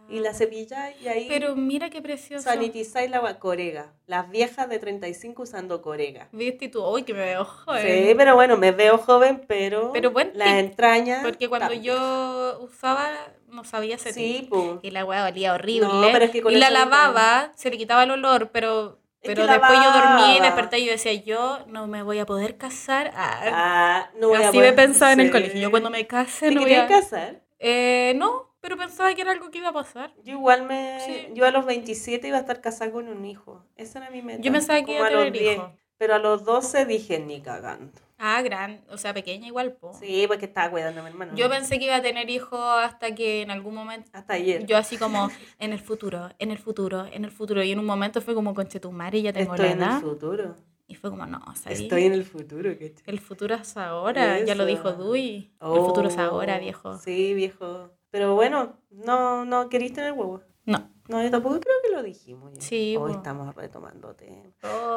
y la cepilláis y ahí
Ah. Pero mira qué precioso.
sanitizáis la hueá corega. Las viejas de 35 usando corega.
Viste y tú, uy, que me veo joven.
Sí, pero bueno, me veo joven, pero,
Pero buen
las
tip,
entrañas.
Porque cuando
tam-
yo usaba, no sabía hacer
Sí, po.
Y la hueá olía horrible.
No, pero es que con
y la
eso yo
lavaba, se le quitaba el olor, pero,
Es
pero
que
después yo dormía y
lavaba.
desperté y yo decía, yo no me voy a poder casar. Ah,
Ah, no voy a
Así me
poder-
pensaba en el
sí.
colegio. Yo cuando me case
¿Te
no voy
querías
a...
casar?
Eh, no, pero pensaba que era algo que iba a pasar.
Yo igual me...
Sí.
Yo a los 27 iba a estar casada con un hijo. Esa era mi meta.
Yo pensaba que
como
iba a
los
tener
10.
hijos.
Pero a los 12 dije, ni cagando.
Ah, gran, o sea, pequeña igual, po.
Sí, porque estaba cuidando a mi hermano.
Yo pensé que iba a tener hijos hasta que en algún momento
Hasta ayer.
Yo así como, en el futuro, en el futuro, en el futuro. Y en un momento fue como, conchetumare, ya tengo
Estoy
la
en el
edad.
futuro.
Y fue como, no, ¿sabes?
Estoy en el futuro, ¿cachai?
El futuro es ahora, ya lo
Eso.
dijo Dewey. El futuro es ahora,
Oh,
viejo.
Sí, viejo. Pero bueno, no, no querís tener huevos.
No.
No, yo tampoco creo que lo dijimos. ya.
Sí,
Hoy
po.
estamos retomando tema.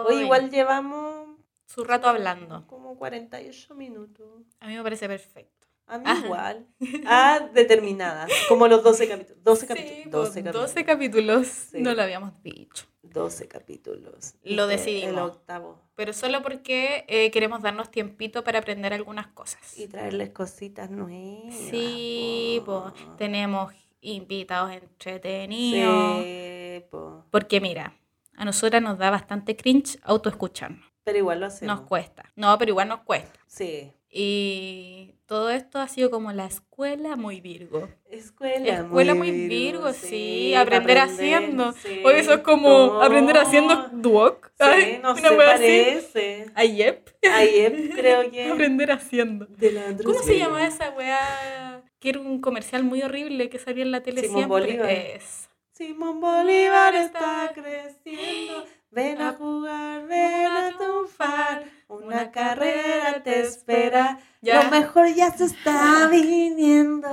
Hoy
Ay,
igual llevamos
Su rato hablando.
como 48 minutos.
A mí me parece perfecto.
A mí
Ajá.
igual. Ah, determinadas. Como los 12 capítulos. 12
Sí,
capítulos.
po,
12 capítulos.
12 capítulos.
Sí.
No lo habíamos dicho.
12 capítulos.
Lo
Este, El
decidimos.
octavo.
Pero solo porque eh, queremos darnos tiempito para aprender algunas cosas.
Y traerles cositas nuevas.
Sí,
po.
pues tenemos invitados entretenidos.
Sí, po.
Porque mira, a nosotras nos da bastante cringe autoescucharnos.
Pero igual lo
Nos
hacemos.
cuesta. No, pero igual nos cuesta.
sí.
Y todo esto ha sido como la escuela muy virgo.
Escuela,
Escuela muy virgo, sí, aprender haciendo. Oye, eso es como
No.
aprender haciendo duoc.
Sí, no se
wea
parece.
Ayep.
Ayer creo que.
Aprender haciendo.
de la Andrés
¿Cómo se
Bello.
llama esa weá? Que era un comercial muy horrible que salía en la tele
Simón
siempre.
Bolívar.
Es.
Simón Bolívar está creciendo. Ven
Ah,
a jugar, ven a triunfar. Una carrera te espera.
Ya.
Lo mejor ya se está viniendo.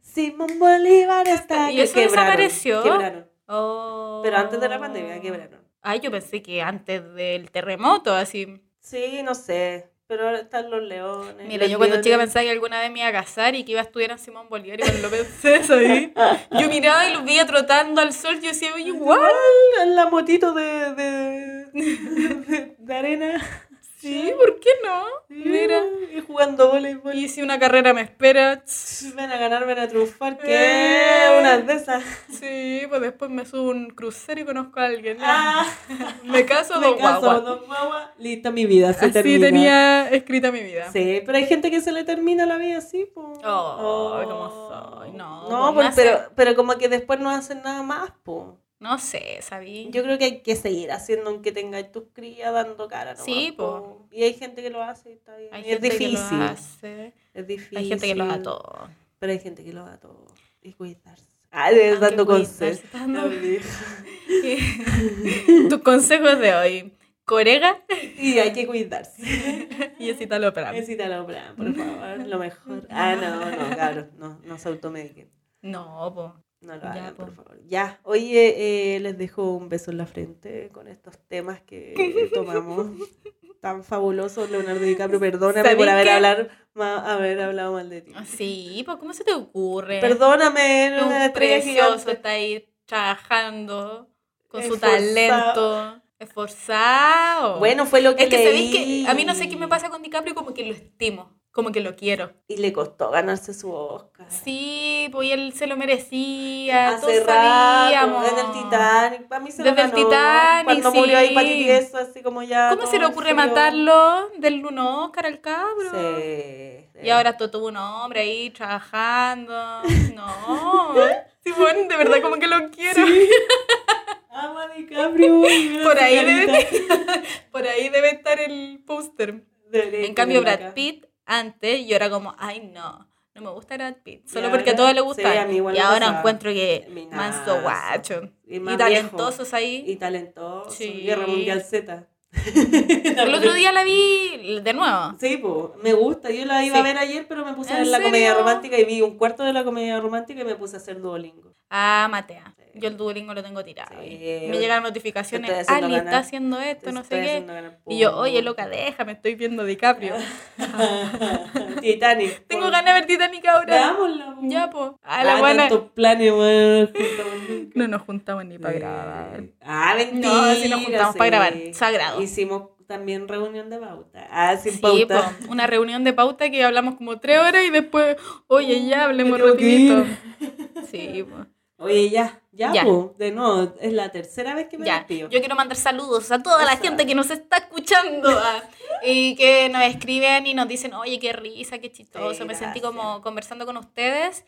Simón Bolívar está
Y eso
quebraron,
desapareció.
Quebraron.
Oh.
Pero antes de la pandemia quebraron.
Ay, yo pensé que antes del terremoto, así.
Sí, no sé. Pero ahora están los leones.
Mira,
los
yo cuando chica
leones.
pensaba que alguna vez me iba a casar y que iba a estudiar en Simón Bolívar y cuando lo pensé, ¿sabí? Yo miraba y los veía trotando al sol, yo decía, oye, igual.
en la motito de, de, de, de arena.
Sí, ¿por qué no? Mira.
Y jugando voleibol.
Y si una carrera me espera, tss,
Ven a ganar, ven a triunfar. ¿Qué?
Eh.
Unas de esas.
sí, pues después me subo a un crucero y conozco a alguien. ¿no?
Ah,
me caso,
me
dos
caso,
guaguas.
dos guagua. Listo, mi vida se
Así
termina.
tenía escrita mi vida.
Sí, pero hay gente que se le termina la vida así, po.
Oh, cómo soy. No,
No,
pues,
pues, pero,
nace-
pero como que después no hacen nada más, po.
No sé, sabí.
Yo creo que hay que seguir haciendo aunque tengáis tus crías dando cara. nomás,
Sí, po.
Y hay gente que lo hace y está bien.
Hay
Y es
gente que lo
difícil.
hace,
Es difícil.
Hay gente que lo da todo.
Pero hay gente que lo da todo. Y cuidarse. Ah, de-
Aunque
dando consejos.
cuidarse, dando- Tus consejos de hoy. Corega
Y hay que cuidarse.
y así tal opera.
Necesita la obra, por favor. Lo mejor. Ah, no, no, cabros. No, no se automediquen.
No, po.
No lo
Ya,
hagan,
po.
por favor. Ya. Oye, eh, les dejo un beso en la frente con estos temas que tomamos. Tan fabulosos, Leonardo DiCaprio. Perdóname
¿Sabéis
por haber,
qué?
hablar, ma- haber hablado mal de ti.
Sí, pues, ¿cómo se te ocurre?
Perdóname, no me
Un
estrella
precioso
gigante.
está ahí trabajando con su
Esforzado.
talento. Esforzado.
Bueno, fue lo que
es que sabéis
leí.
que a mí no sé qué me pasa con DiCaprio, como que lo estimo, como que lo quiero.
Y le costó ganarse su Oscar.
Sí, pues él se lo merecía,
Hace
todos
rato,
sabíamos.
desde el Titanic, para mí se lo
Desde el
ganó.
Titanic,
Cuando murió ahí
sí.
Patitieso, así como ya.
¿Cómo se le
todo
ocurre
frío.
matarlo? Del un Oscar al cabro.
Sí.
Y ahora todo tuvo un hombre ahí trabajando. No. Sí, bueno, de verdad como que lo quiero.
Ama DiCaprio. mira
Por
su
ahí
carita.
Por ahí debe estar el póster.
Debería
En cambio,
tenerlo
Brad
acá.
Pitt antes yo era como, ay no, no me gusta Brad Pitt. Solo
Y
porque a todos
ahora-
les
sí,
gusta.
a mí igual
y
me
ahora
pasaba.
encuentro que
Minazo.
manso guacho.
Y
Y,
más
talentosos ahí.
Y talentoso.
Sí.
Guerra Mundial Z.
el otro día la vi de nuevo.
Sí, po, me gusta. Yo la iba a
Sí.
ver ayer, pero me puse a
¿En
ver la comedia
serio?
romántica y vi un cuarto de la comedia romántica y me puse a hacer Duolingo.
Ah, Matea.
Sí.
Yo el Duolingo lo tengo tirado.
Sí.
ahí. Me llegan
Te estoy
notificaciones.
haciendo
Ali está
ganar.
haciendo esto,
Entonces,
no sé
estoy
qué.
haciendo ganar
Y yo,
punto.
oye, loca, déjame, estoy viendo DiCaprio.
Titanic.
Tengo
po.
ganas de ver Titanic ahora.
Veámosla, po.
Ya, po. A
Ah,
la buena.
tantos planes, weón, juntamos nunca.
No nos juntamos ni para grabar.
Ah, mentira.
No, sí nos juntamos pa' grabar,
sí.
sagrado.
Hicimos también reunión de pauta. Ah, sin
Sí,
pauta.
po, una reunión de pauta que hablamos como tres horas y después, oye, ya hablemos
Mm, Me tengo que
rapidito. Sí, po.
Oye, ya, ya,
Ya.
po, de nuevo, es la tercera vez que me
ya.
despido.
Yo quiero mandar saludos a toda la
Eso.
gente que nos está escuchando ah, y que nos escriben y nos dicen, oye, qué risa, qué chistoso.
Sí,
Me sentí
gracias.
como conversando con ustedes.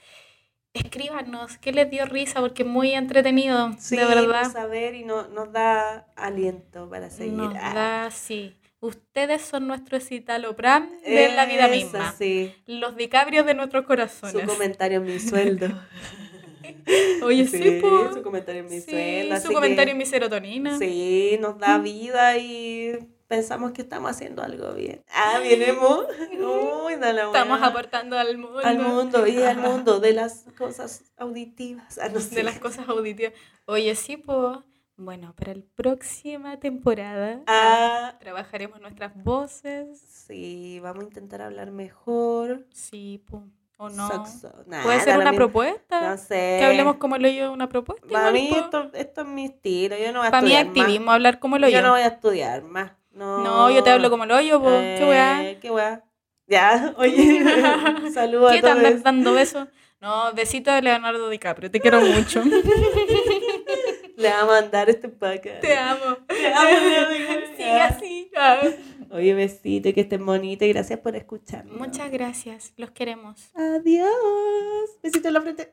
Escríbanos, ¿qué les dio risa? Porque es muy entretenido,
Sí,
de verdad.
saber y no, nos da aliento para seguir.
Nos
Ah,
da, sí. Ustedes son nuestro citalopram de la vida
esa
misma.
Sí,
Los dicabrios de nuestros
su
corazones.
comentario en mi sueldo.
Oye, sí, po.
su comentario en mi
Sí,
sueldo. así
su
que-
comentario en mi serotonina.
Sí, nos da vida y pensamos que estamos haciendo algo bien. Ah, venimos. Uy, da la
Estamos
buena.
aportando al mundo.
al mundo y al mundo de las cosas auditivas. Ah, no sé.
De las cosas auditivas. Oye, sí, po. Bueno, para la próxima temporada
Ah,
trabajaremos nuestras voces.
sí, vamos a intentar hablar mejor.
Sí, po. O no.
Saxo- nah,
Puede
Ah, da
ser
lo
una
mismo.
propuesta.
No sé.
Que hablemos como lo yo una propuesta.
Para
igual,
mí
po.
esto, esto es mi estilo. Yo no voy a
Pa' mí
estudiar
activismo, hablar como lo
más.
yo.
Yo no voy a estudiar más. No,
No, yo te hablo como lo yo, po. Qué weá.
Eh, qué weá. Ya, oye, saludos
¿Qué
a
te
todos.
andas dando besos? No, besito de Leonardo DiCaprio. Te quiero mucho.
Le va a mandar este podcast.
te amo.
Te amo, Leonardo.
Sigue así. Ah.
Oye, besito y que estén bonitos y gracias por escucharnos.
Muchas gracias. Los queremos.
Adiós. Besito en la frente.